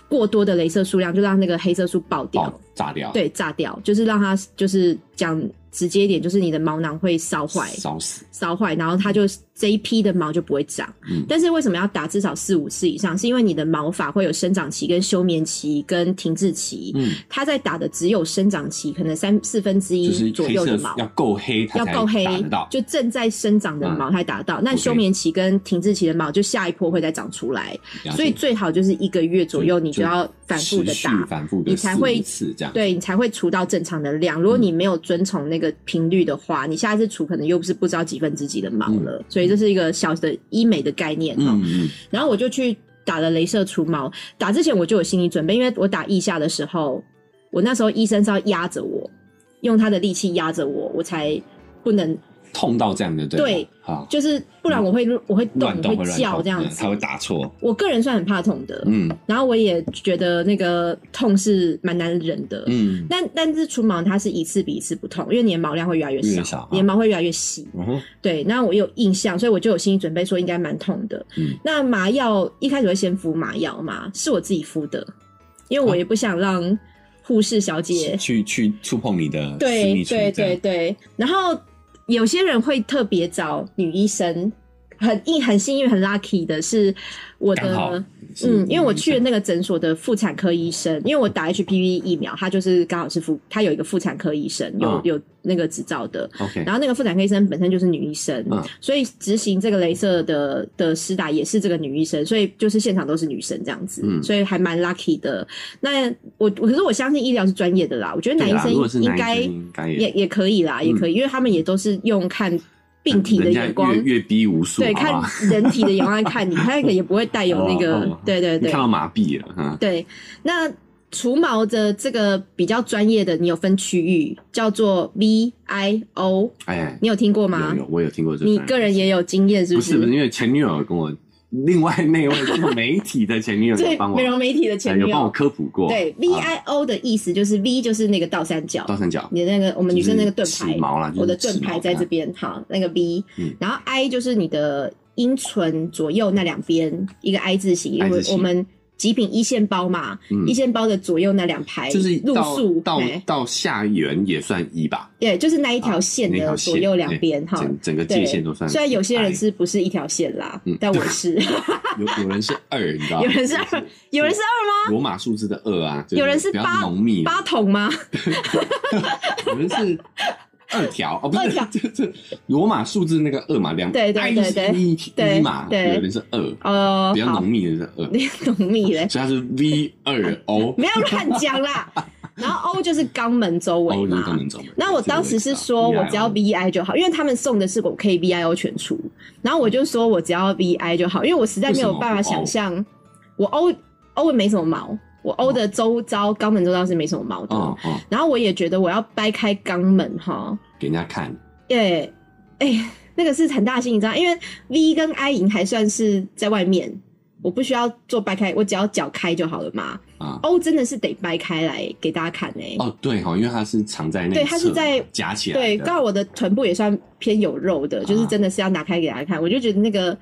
Speaker 1: 过多的镭射数量，就让那个黑色素爆嗯掉，
Speaker 2: 爆哦炸掉，，
Speaker 1: 对，炸掉，就是让它就是讲直接一点，就是你的毛囊会烧坏。
Speaker 2: 烧死，
Speaker 1: 烧坏，然后它就这一批的毛就不会长。
Speaker 2: 嗯
Speaker 1: 但是为什么要打至少四五次以上？是因为你的毛发会有生长期、跟休眠期、跟停滞期。
Speaker 2: 嗯，
Speaker 1: 它在打的只有生长期，可能三四分之
Speaker 2: 就是
Speaker 1: 一左
Speaker 2: 黑
Speaker 1: 右的
Speaker 2: 色
Speaker 1: 毛。
Speaker 2: 要够黑，它
Speaker 1: 要
Speaker 2: 才
Speaker 1: 够黑
Speaker 2: 打得到，嗯
Speaker 1: 就正在生长的毛才打得到。那
Speaker 2: OK
Speaker 1: 休眠期跟停滞期的毛，就下一波会再长出来。
Speaker 2: 了解
Speaker 1: 所以最好就是一个月左右，
Speaker 2: 就
Speaker 1: 你就要反复的
Speaker 2: 持续
Speaker 1: 打，
Speaker 2: 反复的，
Speaker 1: 你才会
Speaker 2: 次这样，
Speaker 1: 对你才会除到正常的量。如果
Speaker 2: 嗯
Speaker 1: 你没有遵从那个频率的话，你下一次除可能又不是不知道几分之几的毛了。所以这是一个小的医美的概念哦。
Speaker 2: 嗯嗯，
Speaker 1: 然后我就去打了镭射除毛。打之前我就有心理准备，因为我打腋下的时候，我那时候医生是要压着我，用他的力气压着我，我才不能，
Speaker 2: 痛到这样的对吧
Speaker 1: 对，
Speaker 2: 好，
Speaker 1: 就是不然我会、我会动，
Speaker 2: 乱动
Speaker 1: 我
Speaker 2: 会
Speaker 1: 会
Speaker 2: 乱
Speaker 1: 叫
Speaker 2: 动
Speaker 1: 这样
Speaker 2: 嗯
Speaker 1: 子。
Speaker 2: 它会打错，
Speaker 1: 我个人算很怕痛的，
Speaker 2: 嗯
Speaker 1: 然后我也觉得那个痛是蛮难忍的。
Speaker 2: 嗯，
Speaker 1: 但但是除毛它是一次比一次不痛，因为你的毛量会越来越
Speaker 2: 越来
Speaker 1: 少，
Speaker 2: 越少啊
Speaker 1: 你的毛会越来越细。
Speaker 2: 然后
Speaker 1: 对，那我有印象，所以我就有心理准备，说应该蛮痛的。
Speaker 2: 嗯
Speaker 1: 那麻药一开始会先敷麻药嘛，是我自己敷的，因为我也不想让护士小姐、
Speaker 2: 去去触碰你的私
Speaker 1: 对
Speaker 2: 密处
Speaker 1: 对
Speaker 2: 这
Speaker 1: 对
Speaker 2: 样，
Speaker 1: 对。然后有些人会特别找女医生，很硬很幸运很 lucky 的是我
Speaker 2: 刚好
Speaker 1: 的。
Speaker 2: 是
Speaker 1: 嗯，因为我去的
Speaker 2: 嗯
Speaker 1: 那个诊所的妇产科医生，因为我打 HPV 疫苗，他就是刚好是妇，他有一个妇产科医生，有、
Speaker 2: 嗯
Speaker 1: 有那个执照的。
Speaker 2: OK，
Speaker 1: 然后那个妇产科医生本身就是女医生，
Speaker 2: 嗯
Speaker 1: 所以执行这个镭射的的施打也是这个女医生，所以就是现场都是女生这样子，
Speaker 2: 嗯
Speaker 1: 所以还蛮 lucky 的。那我我可是我相信医疗是专业的啦，我觉得男
Speaker 2: 对
Speaker 1: 医
Speaker 2: 啦如果是
Speaker 1: 生应
Speaker 2: 男
Speaker 1: 该
Speaker 2: 医生嗯应该
Speaker 1: 也也可以啦，也可以，因为他们也都是用看病体的
Speaker 2: 人家
Speaker 1: 眼光。
Speaker 2: 阅阅逼无数，
Speaker 1: 对，
Speaker 2: 好
Speaker 1: 看
Speaker 2: 吧
Speaker 1: 人体的眼光来看 你，他那个也不会带有那个，
Speaker 2: 哦哦
Speaker 1: 对对
Speaker 2: 你
Speaker 1: 对，
Speaker 2: 看到麻痹了，嗯，
Speaker 1: 对，那除毛的这个比较专业的，你有分区域，叫做 V I O，
Speaker 2: 哎，
Speaker 1: 你有听过吗？
Speaker 2: 有有，我有听过这，
Speaker 1: 你个人也有经验是
Speaker 2: 不
Speaker 1: 是？
Speaker 2: 是不是，因为前女友有跟我，另外那位做媒体的前女友有
Speaker 1: 对
Speaker 2: 帮我
Speaker 1: 美，容媒体的前
Speaker 2: 哎
Speaker 1: 女
Speaker 2: 有帮我
Speaker 1: 友。
Speaker 2: 科普过，啊
Speaker 1: 对，V I O 的意思就是 V 就是那个倒三角，
Speaker 2: 倒三角，
Speaker 1: 你的那个我们女生那个盾
Speaker 2: 就是
Speaker 1: 牌
Speaker 2: 齿，毛啦，就是
Speaker 1: 我的
Speaker 2: 齿
Speaker 1: 盾牌
Speaker 2: 毛
Speaker 1: 在这边，好，那个 V，、
Speaker 2: 嗯
Speaker 1: 然后 I 就是你的阴唇左右那两边一个 I 字形，因
Speaker 2: I
Speaker 1: 为
Speaker 2: 字形
Speaker 1: 我们极品一线包嘛，
Speaker 2: 嗯
Speaker 1: 一线包的左右那两排
Speaker 2: 就是
Speaker 1: 入
Speaker 2: 到
Speaker 1: 宿
Speaker 2: 到
Speaker 1: 哎
Speaker 2: 到下缘也算一吧，
Speaker 1: 对，就是那一条线
Speaker 2: 那条
Speaker 1: 的
Speaker 2: 线
Speaker 1: 左右两边
Speaker 2: 对
Speaker 1: 哈。
Speaker 2: 整整个
Speaker 1: 对
Speaker 2: 界限都算。
Speaker 1: 虽然有些人是不是一条线啦
Speaker 2: 嗯，
Speaker 1: 但我 是，
Speaker 2: 哎有有人是二，你知道吗？
Speaker 1: 有人是
Speaker 2: 就
Speaker 1: 二，有人是二
Speaker 2: 罗马数字的二啊，就
Speaker 1: 有人是
Speaker 2: 比较
Speaker 1: 八
Speaker 2: 浓密的，
Speaker 1: 八筒吗？
Speaker 2: 有人是二条哦，不
Speaker 1: 二
Speaker 2: 是
Speaker 1: 条，
Speaker 2: 这这罗马数字那个二嘛，两
Speaker 1: 对对对对
Speaker 2: 一
Speaker 1: 对
Speaker 2: 一嘛，
Speaker 1: 对
Speaker 2: 有人是二，
Speaker 1: 哦
Speaker 2: 比，较
Speaker 1: 好
Speaker 2: 浓，密的是二，
Speaker 1: 你浓密嘞，
Speaker 2: 所以它是 V 二 O，
Speaker 1: 不要乱讲 啦。然后 O 就是肛门周围
Speaker 2: O 哦就是肛
Speaker 1: 嘛。
Speaker 2: 门周围。
Speaker 1: 那我当时是说我只要
Speaker 2: V，
Speaker 1: VI 就好，因为他们送的是我可以 VIO 全出，然后我就说我只要 VI 就好，因为我实在没有办法想
Speaker 2: 哦
Speaker 1: 象我 O O 没什么毛，我 O 的周遭肛门周遭是没什么毛的，
Speaker 2: 哦哦，
Speaker 1: 然后我也觉得我要掰开肛门哈，
Speaker 2: 给人家看，
Speaker 1: 耶，哎，那个是很大的心理障碍，因为 V 跟 I 赢还算是在外面，我不需要做掰开，我只要脚开就好了嘛。
Speaker 2: 啊
Speaker 1: ，O 真的是得掰开来给大家看哎、
Speaker 2: 哦啊对哈，因为它是藏在那，
Speaker 1: 对它是在
Speaker 2: 夹起来的，
Speaker 1: 对，刚好我的臀部也算偏有肉的，
Speaker 2: 啊
Speaker 1: 就是真的是要拿开给大家看，我就觉得那个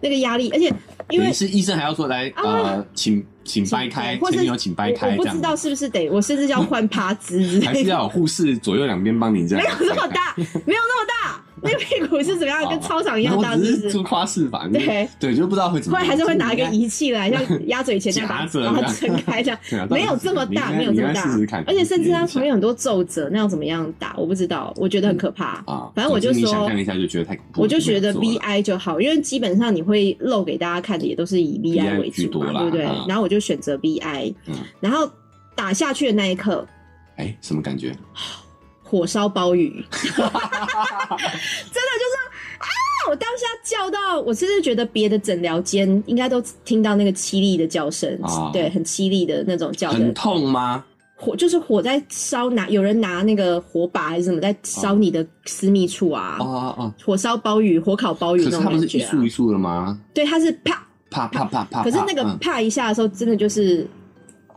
Speaker 1: 那个压力，而且因
Speaker 2: 等
Speaker 1: 为
Speaker 2: 于是医生还要说来
Speaker 1: 啊
Speaker 2: 呃，请请掰开，
Speaker 1: 或
Speaker 2: 前
Speaker 1: 是
Speaker 2: 女友请掰
Speaker 1: 我
Speaker 2: 开，
Speaker 1: 我不
Speaker 2: 这
Speaker 1: 知
Speaker 2: 样
Speaker 1: 道是不是得，我甚至要换趴姿之
Speaker 2: 还是
Speaker 1: 类的，
Speaker 2: 要有护士左右两边帮你这
Speaker 1: 没
Speaker 2: 样
Speaker 1: 有
Speaker 2: 掰
Speaker 1: 那
Speaker 2: 开，
Speaker 1: 么大，没有那么大，那个屁股是怎么样，跟
Speaker 2: 哦
Speaker 1: 操场一
Speaker 2: 然
Speaker 1: 样
Speaker 2: 后
Speaker 1: 大，
Speaker 2: 只
Speaker 1: 是
Speaker 2: 是
Speaker 1: 不是
Speaker 2: 做？夸饰吧，
Speaker 1: 对
Speaker 2: 你对，就不知道会怎
Speaker 1: 后
Speaker 2: 么
Speaker 1: 来
Speaker 2: 样，
Speaker 1: 还是会拿一个
Speaker 2: 所以你应
Speaker 1: 仪器来，像鸭嘴钳这样把
Speaker 2: 嗯夹着
Speaker 1: 把它
Speaker 2: 这
Speaker 1: 撑
Speaker 2: 样
Speaker 1: 开这样。
Speaker 2: 该，对啊
Speaker 1: 没有这么大，没有这么大
Speaker 2: 你应该你应该试试看，
Speaker 1: 而且甚至它旁
Speaker 2: 从
Speaker 1: 边有很多皱褶，那要怎么样打，我不知道，我觉得很可怕。
Speaker 2: 啊，
Speaker 1: 反正我就
Speaker 2: 总之你
Speaker 1: 说
Speaker 2: 想象一下就觉得太恐怖了，
Speaker 1: 我就觉得
Speaker 2: 没有做
Speaker 1: V
Speaker 2: 了
Speaker 1: I 就好，因为基本上你会露给大家看的也都是以 V I
Speaker 2: VI
Speaker 1: 为
Speaker 2: 居
Speaker 1: 主
Speaker 2: 多
Speaker 1: 嘛，
Speaker 2: 啦
Speaker 1: 对不对？
Speaker 2: 嗯
Speaker 1: 然后我就选择 V I，、
Speaker 2: 嗯
Speaker 1: 然后打下去的那一刻，
Speaker 2: 哎，什么感觉？
Speaker 1: 火烧鲍鱼， 真的就是啊！我当下叫到，我甚至觉得别的诊疗间应该都听到那个凄厉的叫声，
Speaker 2: 啊
Speaker 1: 对，很凄厉的那种叫声
Speaker 2: 很，痛吗？
Speaker 1: 火就是火在烧拿，有人拿那个火把还是什么在烧你的私密处啊，
Speaker 2: 哦哦哦，
Speaker 1: 火烧鲍鱼、火烤鲍
Speaker 2: 可
Speaker 1: 鱼
Speaker 2: 是
Speaker 1: 那种
Speaker 2: 它不
Speaker 1: 感
Speaker 2: 是一
Speaker 1: 觉啊，
Speaker 2: 束一束的吗？
Speaker 1: 对，它是啪，
Speaker 2: 啪啪啪啪，
Speaker 1: 可是
Speaker 2: 啪
Speaker 1: 那个
Speaker 2: 嗯
Speaker 1: 啪一下的时候，真的就是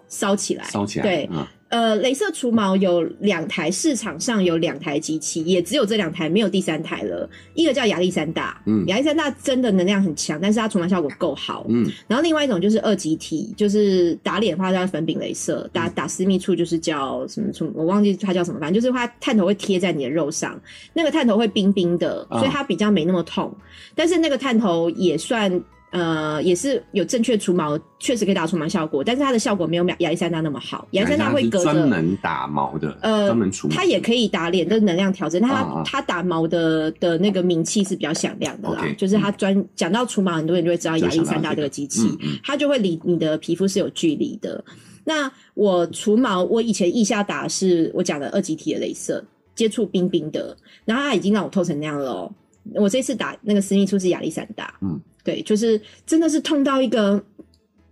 Speaker 1: 烧起来。
Speaker 2: 烧起来，
Speaker 1: 对
Speaker 2: 嗯
Speaker 1: 呃，镭射除毛有两台，市场上有两台机器，也只有这两台，没有第三台了。一个叫亚历山大，
Speaker 2: 嗯
Speaker 1: 亚历山大真的能量很强，但是它除毛效果够好。
Speaker 2: 嗯
Speaker 1: 然后另外一种就是二级体，就是打脸的话叫粉饼镭射，
Speaker 2: 嗯
Speaker 1: 打打私密处就是叫什么什么，我忘记它叫什么，反正就是它探头会贴在你的肉上，那个探头会冰冰的，
Speaker 2: 啊
Speaker 1: 所以它比较没那么痛。但是那个探头也算呃也是有正确除毛，确实可以达到除毛效果，但是它的效果没有亚亚历山大那么好，亚历山大会隔
Speaker 2: 哎是专
Speaker 1: 着。
Speaker 2: 门打毛的，
Speaker 1: 呃
Speaker 2: 专门除毛的，
Speaker 1: 它也可以打脸，就是能量调整。但它
Speaker 2: 啊啊
Speaker 1: 它打毛的的那个名气是比较响亮的啦
Speaker 2: OK，
Speaker 1: 就是它专讲到除毛，很多人就会知道亚历山大这个机器。
Speaker 2: 嗯嗯
Speaker 1: 它就会离你的皮肤是有距离的。那我除毛，我以前腋下打的是我讲的二级体的镭射，接触冰冰的，然后它已经让我痛成那样了、哦。我这次打那个私密处是亚历山大，
Speaker 2: 嗯，
Speaker 1: 对，就是真的是痛到一个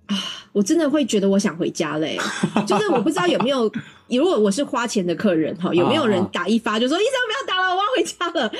Speaker 1: 啊，我真的会觉得我想回家 嘞、就是我不知道有没有，如果我是花钱的客人哈，有没有人
Speaker 2: 啊啊
Speaker 1: 打一发就说医生不要打了，我要回家了，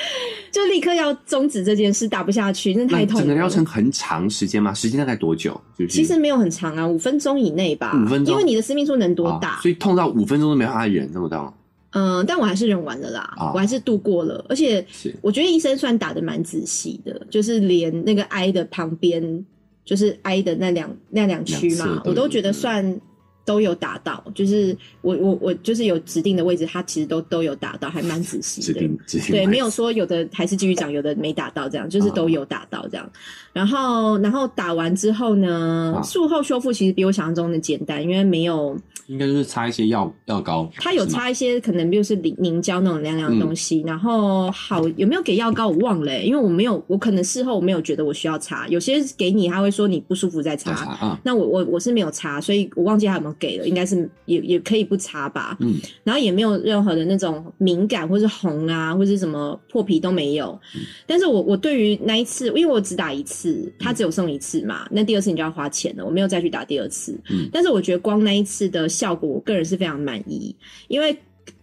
Speaker 1: 就立刻要终止这件事，打不下去，那太
Speaker 2: 那
Speaker 1: 痛了。
Speaker 2: 整个疗程很长时间吗？时间大概多久？就是
Speaker 1: 其实没有很长啊，五分钟以内吧。
Speaker 2: 5分钟
Speaker 1: 因为你的私密处能多大
Speaker 2: 啊？所以痛到五分钟都没办法忍，这么痛
Speaker 1: 嗯、但我还是忍完了啦，
Speaker 2: 啊
Speaker 1: 我还是度过了。而且
Speaker 2: 是
Speaker 1: 我觉得医生算打的蛮仔细的，就是连那个 I 的旁边，就是 I 的那两那两区
Speaker 2: 两嗯侧
Speaker 1: 嘛，
Speaker 2: 都有
Speaker 1: 我都觉得算。都有打到，就是我我我就是有指定的位置，它其实都都有打到，还蛮仔细的。
Speaker 2: 指定指定
Speaker 1: 对，
Speaker 2: 来
Speaker 1: 没有说有的还是继续长，有的没打到，这样
Speaker 2: 啊
Speaker 1: 就是都有打到这样。然后，然后打完之后呢
Speaker 2: 啊，
Speaker 1: 术后修复其实比我想象中的简单，因为没有
Speaker 2: 应该就是擦一些药药膏，
Speaker 1: 它有
Speaker 2: 是吗嗯
Speaker 1: 擦一些可能就是凝凝胶那种凉凉的东西，然后好有没有给药膏我忘了、欸，因为我没有，我可能事后没有觉得我需要擦，有些给你他会说你不舒服再
Speaker 2: 要擦
Speaker 1: 擦。
Speaker 2: 啊，
Speaker 1: 那我我我是没有擦，所以我忘记他有没有给了，应该是也也可以不擦吧。
Speaker 2: 嗯，
Speaker 1: 然后也没有任何的那种敏感或是红啊，或是什么破皮都没有。
Speaker 2: 嗯
Speaker 1: 但是我我对于那一次，因为我只打一次，他只有送一次嘛，那第二次你就要花钱了，我没有再去打第二次。
Speaker 2: 嗯
Speaker 1: 但是我觉得光那一次的效果，我个人是非常满意，因为。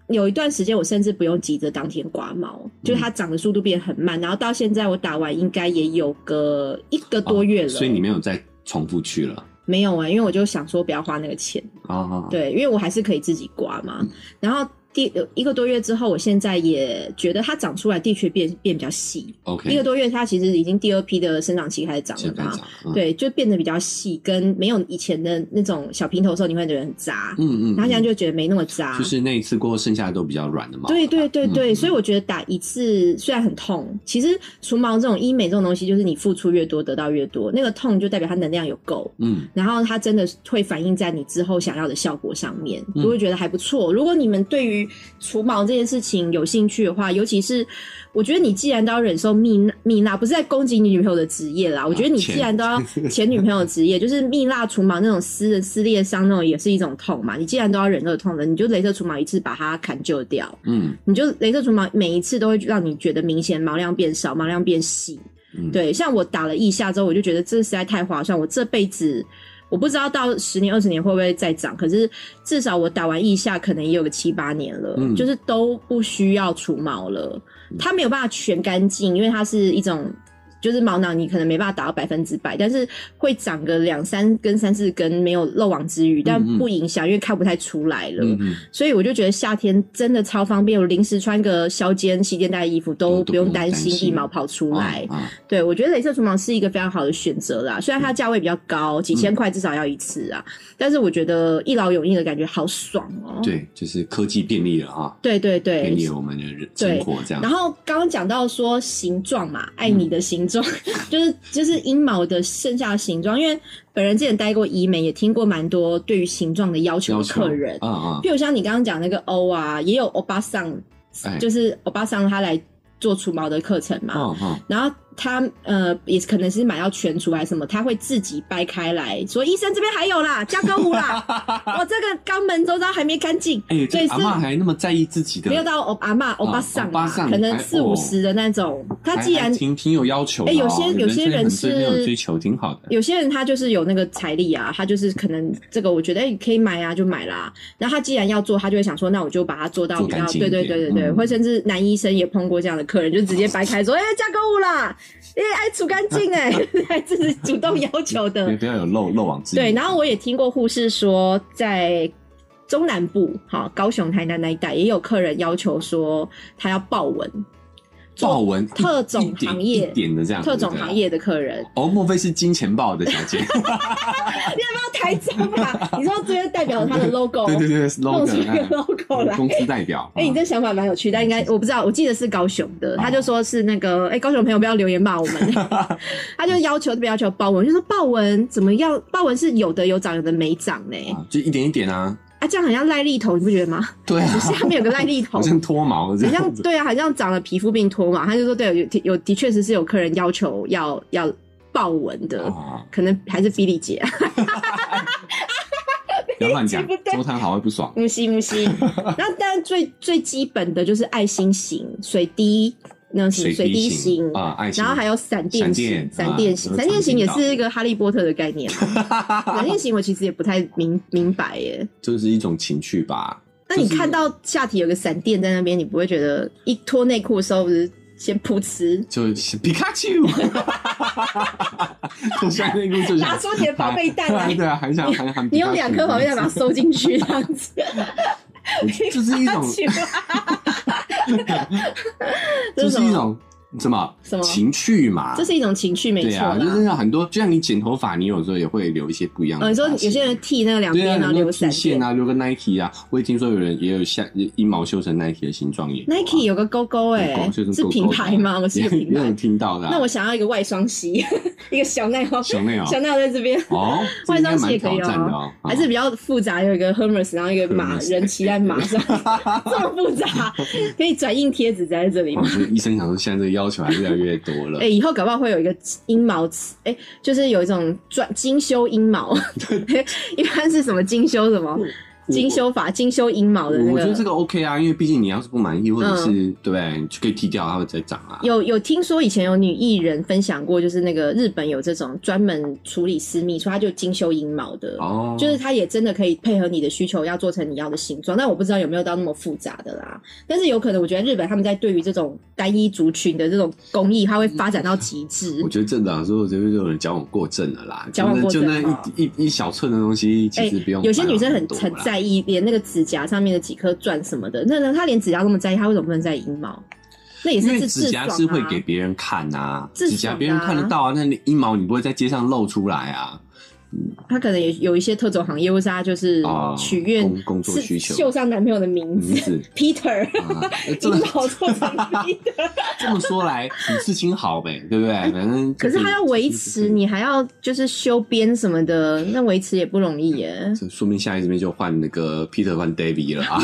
Speaker 1: 有一段时间，我甚至不用急着当天刮毛，
Speaker 2: 嗯
Speaker 1: 就是它长的速度变很慢。然后到现在，我打完应该也有个一个多月了。
Speaker 2: 啊哦所以你没有再重复去了
Speaker 1: 没有啊、因为我就想说不要花那个钱。
Speaker 2: 啊，啊，啊嗯
Speaker 1: 对，因为我还是可以自己刮嘛。然后第一个多月之后，我现在也觉得它长出来的确变变比较细。
Speaker 2: OK，
Speaker 1: 一个多月，它其实已经第二批的生长期开始长了
Speaker 2: 先
Speaker 1: 嘛
Speaker 2: 哎长，，嗯，
Speaker 1: 对，就变得比较细，跟没有以前的那种小平头的时候，你会觉得很杂，
Speaker 2: 嗯嗯，
Speaker 1: 然后现在
Speaker 2: 嗯
Speaker 1: 就觉得没那么杂。
Speaker 2: 就是那一次过后，剩下的都比较软的毛了吧，
Speaker 1: 对对对对，
Speaker 2: 嗯
Speaker 1: 所以我觉得打一次虽然很痛，其实除毛这种医美这种东西，就是你付出越多得到越多，那个痛就代表它能量有够，
Speaker 2: 嗯，
Speaker 1: 然后它真的会反映在你之后想要的效果上面，
Speaker 2: 嗯
Speaker 1: 我会觉得还不错。如果你们对于除毛这件事情有兴趣的话，尤其是我觉得你既然都要忍受蜜蜡蜜蜡，不是在攻击你女朋友的职业啦，我觉得你既然都要啊前女朋友的职 业，就是蜜蜡除毛那种撕的撕裂伤那种也是一种痛嘛，你既然都要忍受痛了，你就镭射除毛一次把它砍救掉，
Speaker 2: 嗯
Speaker 1: 你就镭射除毛每一次都会让你觉得明显毛量变少，毛量变细，
Speaker 2: 嗯，
Speaker 1: 对，像我打了腋下之后，我就觉得这实在太划算。我这辈子我不知道到十年、二十年会不会再涨，可是至少我打完腋下可能也有个七八年了，
Speaker 2: 嗯
Speaker 1: 就是都不需要除毛了。它没有办法全干净，因为它是一种。就是毛囊，你可能没办法打到百分之百，但是会长个两三根、三四根，没有漏网之鱼，但
Speaker 2: 嗯嗯
Speaker 1: 不影响，因为看不太出来了。
Speaker 2: 嗯嗯，
Speaker 1: 所以我就觉得夏天真的超方便，我临时穿个削肩、细肩带的衣服
Speaker 2: 都
Speaker 1: 都
Speaker 2: 都
Speaker 1: 不用
Speaker 2: 不用
Speaker 1: 担
Speaker 2: 担
Speaker 1: 心
Speaker 2: 心
Speaker 1: 一毛跑出
Speaker 2: 啊
Speaker 1: 来。
Speaker 2: 啊，
Speaker 1: 对，我觉得镭射除毛是一个非常好的选择啦，虽然
Speaker 2: 嗯
Speaker 1: 它价位比较高，几千块至少要一次啊，但是我觉得一劳永逸的感觉好爽哦。
Speaker 2: 对，就是科技便利了哈，
Speaker 1: 对对对
Speaker 2: 便利哦了我们的人
Speaker 1: 对
Speaker 2: 生活这样
Speaker 1: 然。后刚刚讲到说形状嘛，
Speaker 2: 嗯
Speaker 1: 爱你的形状， 就是就是阴毛的剩下的形状，因为本人之前待过医美，也听过蛮多对于形状的要求
Speaker 2: 要
Speaker 1: 的
Speaker 2: 求
Speaker 1: 客人，
Speaker 2: 啊啊，
Speaker 1: 譬如像你刚刚讲那个欧啊，也有欧巴桑，
Speaker 2: 哎
Speaker 1: 就是欧巴桑他来做除毛的课程嘛，
Speaker 2: 哦哦，
Speaker 1: 然后他呃也可能是买到全除还是什么，他会自己掰开来说医生这边还有啦，加购物 啦，我这个肛门周遭还没干净，
Speaker 2: 哎，
Speaker 1: 所
Speaker 2: 这
Speaker 1: 以
Speaker 2: 阿
Speaker 1: 是
Speaker 2: 嬷还那么在意自己的，
Speaker 1: 没有到欧阿嬷欧巴桑
Speaker 2: 欧巴
Speaker 1: 啊，
Speaker 2: 桑
Speaker 1: 可能
Speaker 2: 哎
Speaker 1: 四五十的那种，他
Speaker 2: 还
Speaker 1: 既然
Speaker 2: 还挺挺有要求的哦。
Speaker 1: 哎有些有些
Speaker 2: 真的
Speaker 1: 人
Speaker 2: 很对那
Speaker 1: 是
Speaker 2: 种追求挺好的。
Speaker 1: 有些人他就是有那个财力啊，他就是可能这个我觉得哎、可以买啊就买啦。然后他既然要做，他就会想说，那我就把它做到
Speaker 2: 做
Speaker 1: 比较
Speaker 2: 干净
Speaker 1: 对
Speaker 2: 一
Speaker 1: 对
Speaker 2: 点
Speaker 1: 对对对，
Speaker 2: 嗯
Speaker 1: 或甚至男医生也碰过这样的客人，就直接掰开说，哎、加购物啦，哎、爱除干净 哎，还这是主动要求的
Speaker 2: 对，。不要有漏漏网之鱼。
Speaker 1: 对，然后我也听过护士说，在中南部，好高雄、台南那一带，也有客人要求说他要豹纹，做
Speaker 2: 豹纹
Speaker 1: 特种
Speaker 2: 一点
Speaker 1: 行业
Speaker 2: 一点的这样，
Speaker 1: 特种
Speaker 2: 啊对不对
Speaker 1: 行。业的客人，
Speaker 2: 哦，莫非是金钱豹的小姐？
Speaker 1: 那台中吧， 你说这个代表他的 logo，
Speaker 2: 对对对
Speaker 1: 弄出一 个
Speaker 2: ，slogan，
Speaker 1: logo
Speaker 2: 哎
Speaker 1: 哦来。
Speaker 2: 公司代表。啊
Speaker 1: 哎、你这想法蛮有趣，但应
Speaker 2: 嗯
Speaker 1: 该我不知道，我记得是高雄的，他就
Speaker 2: 哦
Speaker 1: 说是那个，哎、高雄朋友不要留言骂我 们，他就要求特别要求豹纹，就说豹纹怎么样，豹纹是有的有长，有的没长呢、
Speaker 2: 啊就一点一点啊，
Speaker 1: 啊，这样很像癞痢头，你不觉得吗？
Speaker 2: 对啊，
Speaker 1: 下面有个癞痢头
Speaker 2: 好，像脱毛这
Speaker 1: 好像
Speaker 2: 样子。
Speaker 1: 对啊，好像长了皮肤病脱嘛，他就说对，有有的确实是有客人要求要要豹纹 的，
Speaker 2: 啊，
Speaker 1: 可能还是比利姐，
Speaker 2: 不要乱讲
Speaker 1: 不，对
Speaker 2: 周汤好会 不爽。
Speaker 1: 木西木西。 那但最最基本的就是爱心型、水滴，那是水滴型
Speaker 2: 型。啊，爱情
Speaker 1: 然后还有闪电型，闪
Speaker 2: 闪电
Speaker 1: 电
Speaker 2: 啊
Speaker 1: 型，
Speaker 2: 有
Speaker 1: 闪电型也
Speaker 2: 长
Speaker 1: 是一个哈利波特的概念嘛。 闪电型我其实也不太明明白耶。
Speaker 2: 就是一种情趣吧。
Speaker 1: 那你
Speaker 2: 就是
Speaker 1: 看到下体有个闪电在那边，你不会觉得一脱内裤的时候不是先噗嗤
Speaker 2: 就是皮卡丘，脱下内裤就想
Speaker 1: 拿出你的宝贝蛋来
Speaker 2: 对啊对啊，还想还喊
Speaker 1: 你用两颗宝贝蛋把它收进去，这样子，
Speaker 2: 它， 就是 一种，
Speaker 1: 这
Speaker 2: 就是是
Speaker 1: 什么
Speaker 2: 一种什么
Speaker 1: 什么
Speaker 2: 情趣嘛，
Speaker 1: 这是一种情趣，没
Speaker 2: 对
Speaker 1: 错
Speaker 2: 啊，就
Speaker 1: 啦。
Speaker 2: 是很多，就像你剪头发，你有时候也会留一些不一样的
Speaker 1: 嗯，
Speaker 2: 发
Speaker 1: 你说有
Speaker 2: 型。
Speaker 1: 些人剃那个两
Speaker 2: 对
Speaker 1: 边，
Speaker 2: 啊，
Speaker 1: 然后
Speaker 2: 很多
Speaker 1: 留闪
Speaker 2: 剃
Speaker 1: 电
Speaker 2: 线。啊，留个 Nike 啊，我也听说有人也有像阴毛修成 Nike 的形状也有啊
Speaker 1: Nike 有个勾勾哎、
Speaker 2: 狗就是
Speaker 1: 是
Speaker 2: 狗狗
Speaker 1: 品牌吗？我是一个
Speaker 2: 也
Speaker 1: 品
Speaker 2: 也有
Speaker 1: 牌。
Speaker 2: 听到的啊。
Speaker 1: 那我想要一个外双膝， 一个小奈猫，
Speaker 2: 小妹哦，
Speaker 1: 小奈猫在这边，
Speaker 2: 哦，
Speaker 1: 外
Speaker 2: 这应该
Speaker 1: 商系
Speaker 2: 蛮
Speaker 1: 也可以
Speaker 2: 挑战的
Speaker 1: 哦
Speaker 2: 哦，
Speaker 1: 还是比较复杂，有一个 Hermes，然后一个马
Speaker 2: Hermes
Speaker 1: 人骑在马上， 这么复杂，可以转印贴纸在这里
Speaker 2: 我
Speaker 1: 吗？
Speaker 2: 觉得医生想说，现在这个要求还越来越多了。
Speaker 1: 哎、以后搞不好会有一个阴毛，哎、就是有一种专精修阴毛， 一般是什么精修什么
Speaker 2: 我
Speaker 1: 精修法、精修阴毛的那
Speaker 2: 我觉得这
Speaker 1: 个。嗯
Speaker 2: 个 OK 啊，因为毕竟你要是不满意，或者是、对不对，你就可以剃掉，它会再长啊。
Speaker 1: 有有听说以前有女艺人分享过，就是那个日本有这种专门处理私密，所以她就精修阴毛的。
Speaker 2: 哦，
Speaker 1: 就是它也真的可以配合你的需求，要做成你要的形状。但我不知道有没有到那么复杂的啦。但是有可能，我觉得日本他们在对于这种单一族群的这种工艺，它会发展到极致
Speaker 2: 我。觉得正的，啊所以我觉得有人矫枉过正了啦。
Speaker 1: 矫枉过正
Speaker 2: 就那就那一一一小寸的东西，其实不用、
Speaker 1: 哎有些女生很
Speaker 2: 多
Speaker 1: 很
Speaker 2: 啦
Speaker 1: 在意连那个指甲上面的几颗钻什么的，那那他连指甲都那么在意，他为什么不能在意阴毛？那也
Speaker 2: 因为
Speaker 1: 是自啊
Speaker 2: 指甲是会给别人看呐、
Speaker 1: 自
Speaker 2: 指甲
Speaker 1: 爽
Speaker 2: 别人
Speaker 1: 的啊
Speaker 2: 看得到啊，那你阴毛你不会在街上露出来啊？
Speaker 1: 他可能也有一些特种行业，或是他就是
Speaker 2: 哦
Speaker 1: 许愿、
Speaker 2: 工工作
Speaker 1: 嗯是
Speaker 2: 需求
Speaker 1: 绣上男朋友的名字
Speaker 2: 名字
Speaker 1: Peter，
Speaker 2: 啊， 呃
Speaker 1: 阴
Speaker 2: 这么
Speaker 1: 毛做成 Peter，
Speaker 2: 这么说来，比刺青好呗，对不对？反正
Speaker 1: 哎可
Speaker 2: 就是
Speaker 1: 他要维持，，你还要就是修边什么的，那维持也不容易耶。
Speaker 2: 这说明下一次面就换那个 Peter 换 David 了啊。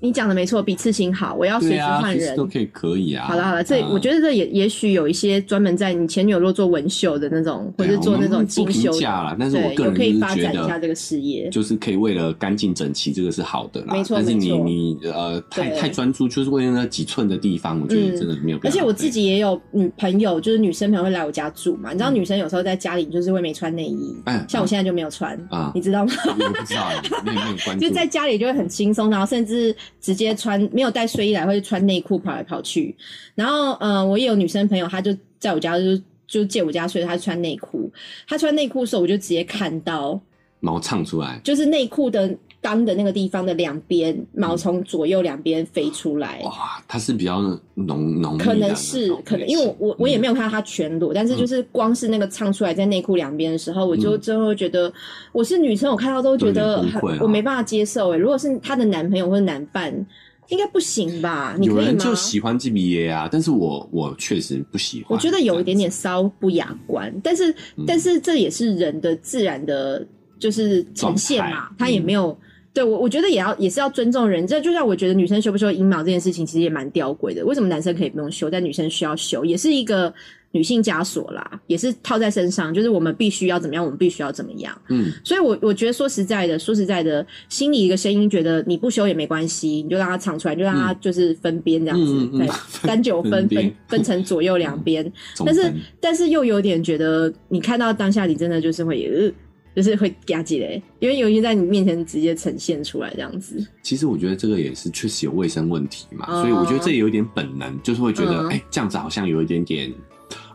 Speaker 1: 你讲的没错，比刺青好，我 要随
Speaker 2: 对
Speaker 1: 时
Speaker 2: 啊，
Speaker 1: 换
Speaker 2: 其实
Speaker 1: 人。
Speaker 2: 都可以，可以啊。
Speaker 1: 好了好了，这、
Speaker 2: 啊
Speaker 1: 我觉得这也也许有一些专门在你前女友若做纹绣的那种，或
Speaker 2: 对啊
Speaker 1: 者做那
Speaker 2: 我
Speaker 1: 种
Speaker 2: 们
Speaker 1: 精
Speaker 2: 不
Speaker 1: 修
Speaker 2: 评
Speaker 1: 的，
Speaker 2: 价啦但是我
Speaker 1: 对，
Speaker 2: 个人
Speaker 1: 有可以
Speaker 2: 就是
Speaker 1: 发
Speaker 2: 觉
Speaker 1: 展一
Speaker 2: 得
Speaker 1: 下这个事业。
Speaker 2: 就是可以为了干净整齐，这个是好的啦。
Speaker 1: 没错
Speaker 2: 但是你
Speaker 1: 没错
Speaker 2: 你呃太
Speaker 1: 对嗯
Speaker 2: 太专注，就是为了那几寸的地方，我觉得真的没有必
Speaker 1: 而
Speaker 2: 要。
Speaker 1: 且我自己也有女朋友，就是女生朋友会来我家住嘛。你知
Speaker 2: 嗯
Speaker 1: 道女生有时候在家里就是会没穿内衣，
Speaker 2: 哎
Speaker 1: 像我现在就没有穿，
Speaker 2: 啊，
Speaker 1: 你知道吗？
Speaker 2: 我不知道，没有没有关注。
Speaker 1: 就在家里就会很轻松，然后甚至直接穿没有带睡衣来，或者穿内裤跑来跑去。然后，呃，我也有女生朋友，她就在我家就就借我家睡，她穿内裤。她穿内裤的时候，我就直接看到，
Speaker 2: 毛唱出来
Speaker 1: 就是内裤的裆的那个地方的两边毛从左右两边飞出来。
Speaker 2: 哇，它是比较浓浓密的那种，
Speaker 1: 可能是可能，因为我我我也
Speaker 2: 嗯
Speaker 1: 没有看到她全裸，但是就是光是那个唱出来在内裤两边的时候，我就
Speaker 2: 嗯
Speaker 1: 真的会觉得，我是女生，我看到都觉得
Speaker 2: 有点
Speaker 1: 很
Speaker 2: 崩溃啊
Speaker 1: 我没办法接受。哎，如果是她的男朋友或者男伴，应该不行吧？你
Speaker 2: 有
Speaker 1: 可以
Speaker 2: 人
Speaker 1: 吗
Speaker 2: 就？喜欢 G B A 啊，但是我我确实不喜欢。
Speaker 1: 我觉得有一点点稍不雅观，但是
Speaker 2: 嗯
Speaker 1: 但是这也是人的自然的，就是呈现
Speaker 2: 状
Speaker 1: 嘛
Speaker 2: 态，嗯
Speaker 1: 他也没有。对我，我觉得也要也是要尊重人。这就像我觉得女生修不修阴毛这件事情，其实也蛮吊诡的。为什么男生可以不用修，但女生需要修，也是一个女性枷锁啦，也是套在身上，就是我们必须要怎么样，我们必须要怎么样。
Speaker 2: 这样子，嗯
Speaker 1: 所以我，我觉得说实在的，说实在的，心里一个声音觉得你不修也没关系，你就让它唱出来，你就让它就是分边这样子，
Speaker 2: 嗯嗯嗯嗯
Speaker 1: 对，三九分
Speaker 2: 分边
Speaker 1: 分分成左右两边，
Speaker 2: 嗯，中
Speaker 1: 但是
Speaker 2: 分
Speaker 1: 但是又有点觉得你看到当下，你真的就是会呃，就是会嘎起来，因为有些在你面前直接呈现出来这样子，
Speaker 2: 其实我觉得这个也是确实有卫生问题嘛，
Speaker 1: 哦
Speaker 2: 所以我觉得这也有点本能，就是会觉得
Speaker 1: 嗯
Speaker 2: 哎、这样子好像有一点点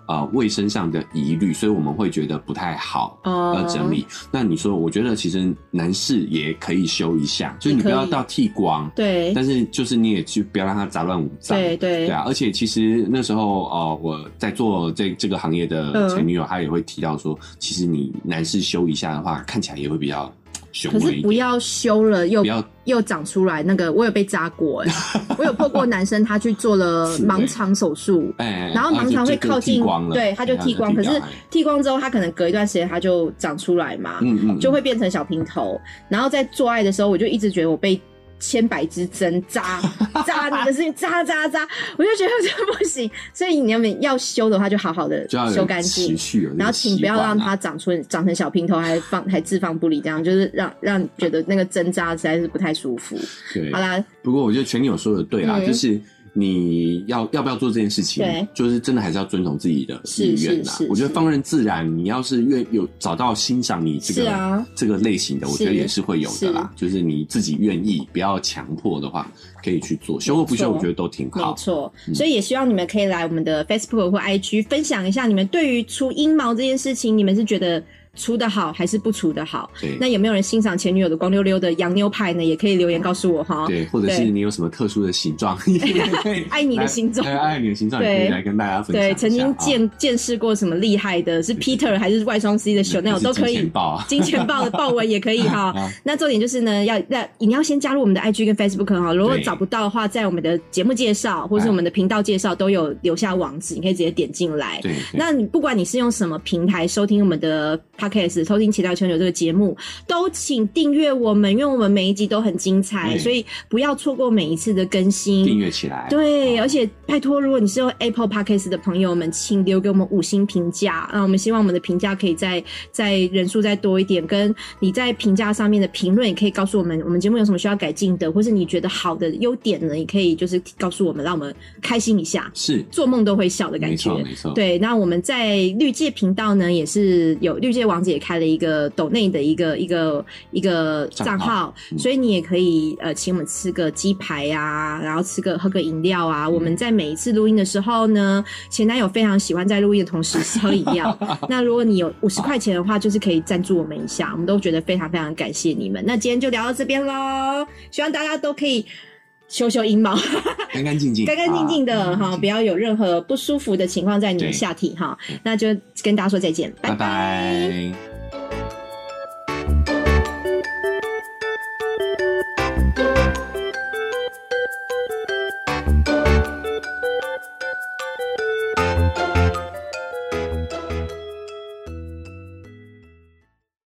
Speaker 2: 啊卫生上的疑虑，所以我们会觉得不太好。
Speaker 1: 哦、
Speaker 2: 要整理，那你说，我觉得其实男士也可以修一下，所以你不要
Speaker 1: 也可以
Speaker 2: 到剃光，
Speaker 1: 对
Speaker 2: 但是就是你也去不要让它杂乱无章。
Speaker 1: 对对
Speaker 2: 对啊，而且其实那时候呃，我在做这这个行业
Speaker 1: 嗯
Speaker 2: 的前女友，她也会提到说，其实你男士修一下的话，看起来也会比较雄
Speaker 1: 可
Speaker 2: 伟
Speaker 1: 是
Speaker 2: 一
Speaker 1: 不
Speaker 2: 点。
Speaker 1: 要修了又
Speaker 2: 不要
Speaker 1: 又长出来那个，我有被扎过 哎、我有碰过男生他去做了
Speaker 2: 是
Speaker 1: 盲肠手术，
Speaker 2: 哎，
Speaker 1: 然后盲肠会靠近
Speaker 2: 就就剃光，了
Speaker 1: 对，他就剃光。可
Speaker 2: 对啊
Speaker 1: 是
Speaker 2: 就剃掉哎
Speaker 1: 剃光之后，他可能隔一段时间他就长出来嘛，
Speaker 2: 嗯嗯，嗯
Speaker 1: 就会变成小平头。然后在做爱的时候，我就一直觉得我被千百支针 扎扎，那个是扎扎扎，我就觉得这不行。所以你们要修的话，就好好的
Speaker 2: 就要有
Speaker 1: 修干净
Speaker 2: 持。续有这个习惯啊，
Speaker 1: 然后请不要让它长出长成小平头，还放还置放不理，这样就是让让你觉得那个针扎实在是不太舒服。
Speaker 2: 对
Speaker 1: 好。啦，
Speaker 2: 不过我觉得全友说的对啦，
Speaker 1: 嗯
Speaker 2: 就是你要要不要做这件事情
Speaker 1: 对，
Speaker 2: 就是真的还是要遵从自己的
Speaker 1: 是
Speaker 2: 意愿啦
Speaker 1: 是是。
Speaker 2: 我觉得
Speaker 1: 是啊
Speaker 2: 放任自然，你要是愿有找到欣赏你这
Speaker 1: 是
Speaker 2: 个、
Speaker 1: 啊
Speaker 2: 这个类型的，我觉得
Speaker 1: 是
Speaker 2: 也是会有的啦。就是你自己愿意，不要强迫的话，可以去做。修或不修，
Speaker 1: 错
Speaker 2: 我觉得都挺
Speaker 1: 没
Speaker 2: 好。嗯
Speaker 1: 错，所以也希望你们可以来我们的 Facebook 或 IG 分享一下你们对于除阴毛这件事情，你们是觉得除的好还是不除的好？
Speaker 2: 对
Speaker 1: 那有没有人欣赏前女友的光溜溜的洋妞派呢？也可以留言告诉我哈。
Speaker 2: 对，或者是
Speaker 1: 对
Speaker 2: 你有什么特殊的形状，也可以
Speaker 1: 爱你的
Speaker 2: 来
Speaker 1: 形状
Speaker 2: 哎爱你的形状，也可以
Speaker 1: 对
Speaker 2: 来跟大家分享一
Speaker 1: 对，
Speaker 2: 下。
Speaker 1: 曾经
Speaker 2: 啊
Speaker 1: 见见识过什么厉害的，是 Peter 还是外双 C 的 Chanel
Speaker 2: 是
Speaker 1: 都可
Speaker 2: 金钱
Speaker 1: 以。
Speaker 2: 豹啊，
Speaker 1: 金钱豹的豹纹也可以 哈
Speaker 2: 啊。
Speaker 1: 那重点就是呢，要要你要先加入我们的 IG 跟 Facebook 哈。如果
Speaker 2: 对
Speaker 1: 找不到的话，在我们的节目介绍或是
Speaker 2: 哎
Speaker 1: 我们的频道介绍都有留下网址，你可以直接点进来。
Speaker 2: 对，对
Speaker 1: 那你不管你是用什么平台收听我们的 podcast，收听《奇妙全球》这个节目，都请订阅我们，因为我们每一集都很精彩，
Speaker 2: 嗯
Speaker 1: 所以不要错过每一次的更
Speaker 2: 订
Speaker 1: 新。
Speaker 2: 阅起来。
Speaker 1: 对，
Speaker 2: 哦
Speaker 1: 而且拜托，如果你是用 Apple Podcast 的朋友们，请留给我们五星评价。那我们希望我们的评价可以再再人数再多一点，跟你在评价上面的评论，也可以告诉我们我们节目有什么需要改进的，或是你觉得好的优点呢，也可以就是告诉我们，让我们开心一下，
Speaker 2: 是
Speaker 1: 做梦都会笑的感
Speaker 2: 没
Speaker 1: 觉
Speaker 2: 错。没错，
Speaker 1: 对，那我们在绿界频道呢，也是有绿界王姐开了一个抖内的一个一个一个账
Speaker 2: 账号
Speaker 1: 号，
Speaker 2: 嗯
Speaker 1: 所以你也可以呃请我们吃个鸡排啊，然后吃个喝个饮料啊。我
Speaker 2: 嗯
Speaker 1: 们在每一次录音的时候呢，前男友非常喜欢在录音的同时喝饮 料。那如果你有五十块钱的话，就是可以赞助我们一下，我们都觉得非常非常感谢你们。那今天就聊到这边喽，希望大家都可以修修阴毛。
Speaker 2: 干干净净，
Speaker 1: 干干净净的
Speaker 2: 啊
Speaker 1: 哈，不要有任何不舒服的情况在你的
Speaker 2: 对
Speaker 1: 下体哈
Speaker 2: 对。
Speaker 1: 那就跟大家说再见，
Speaker 2: 拜
Speaker 1: 拜
Speaker 2: 拜。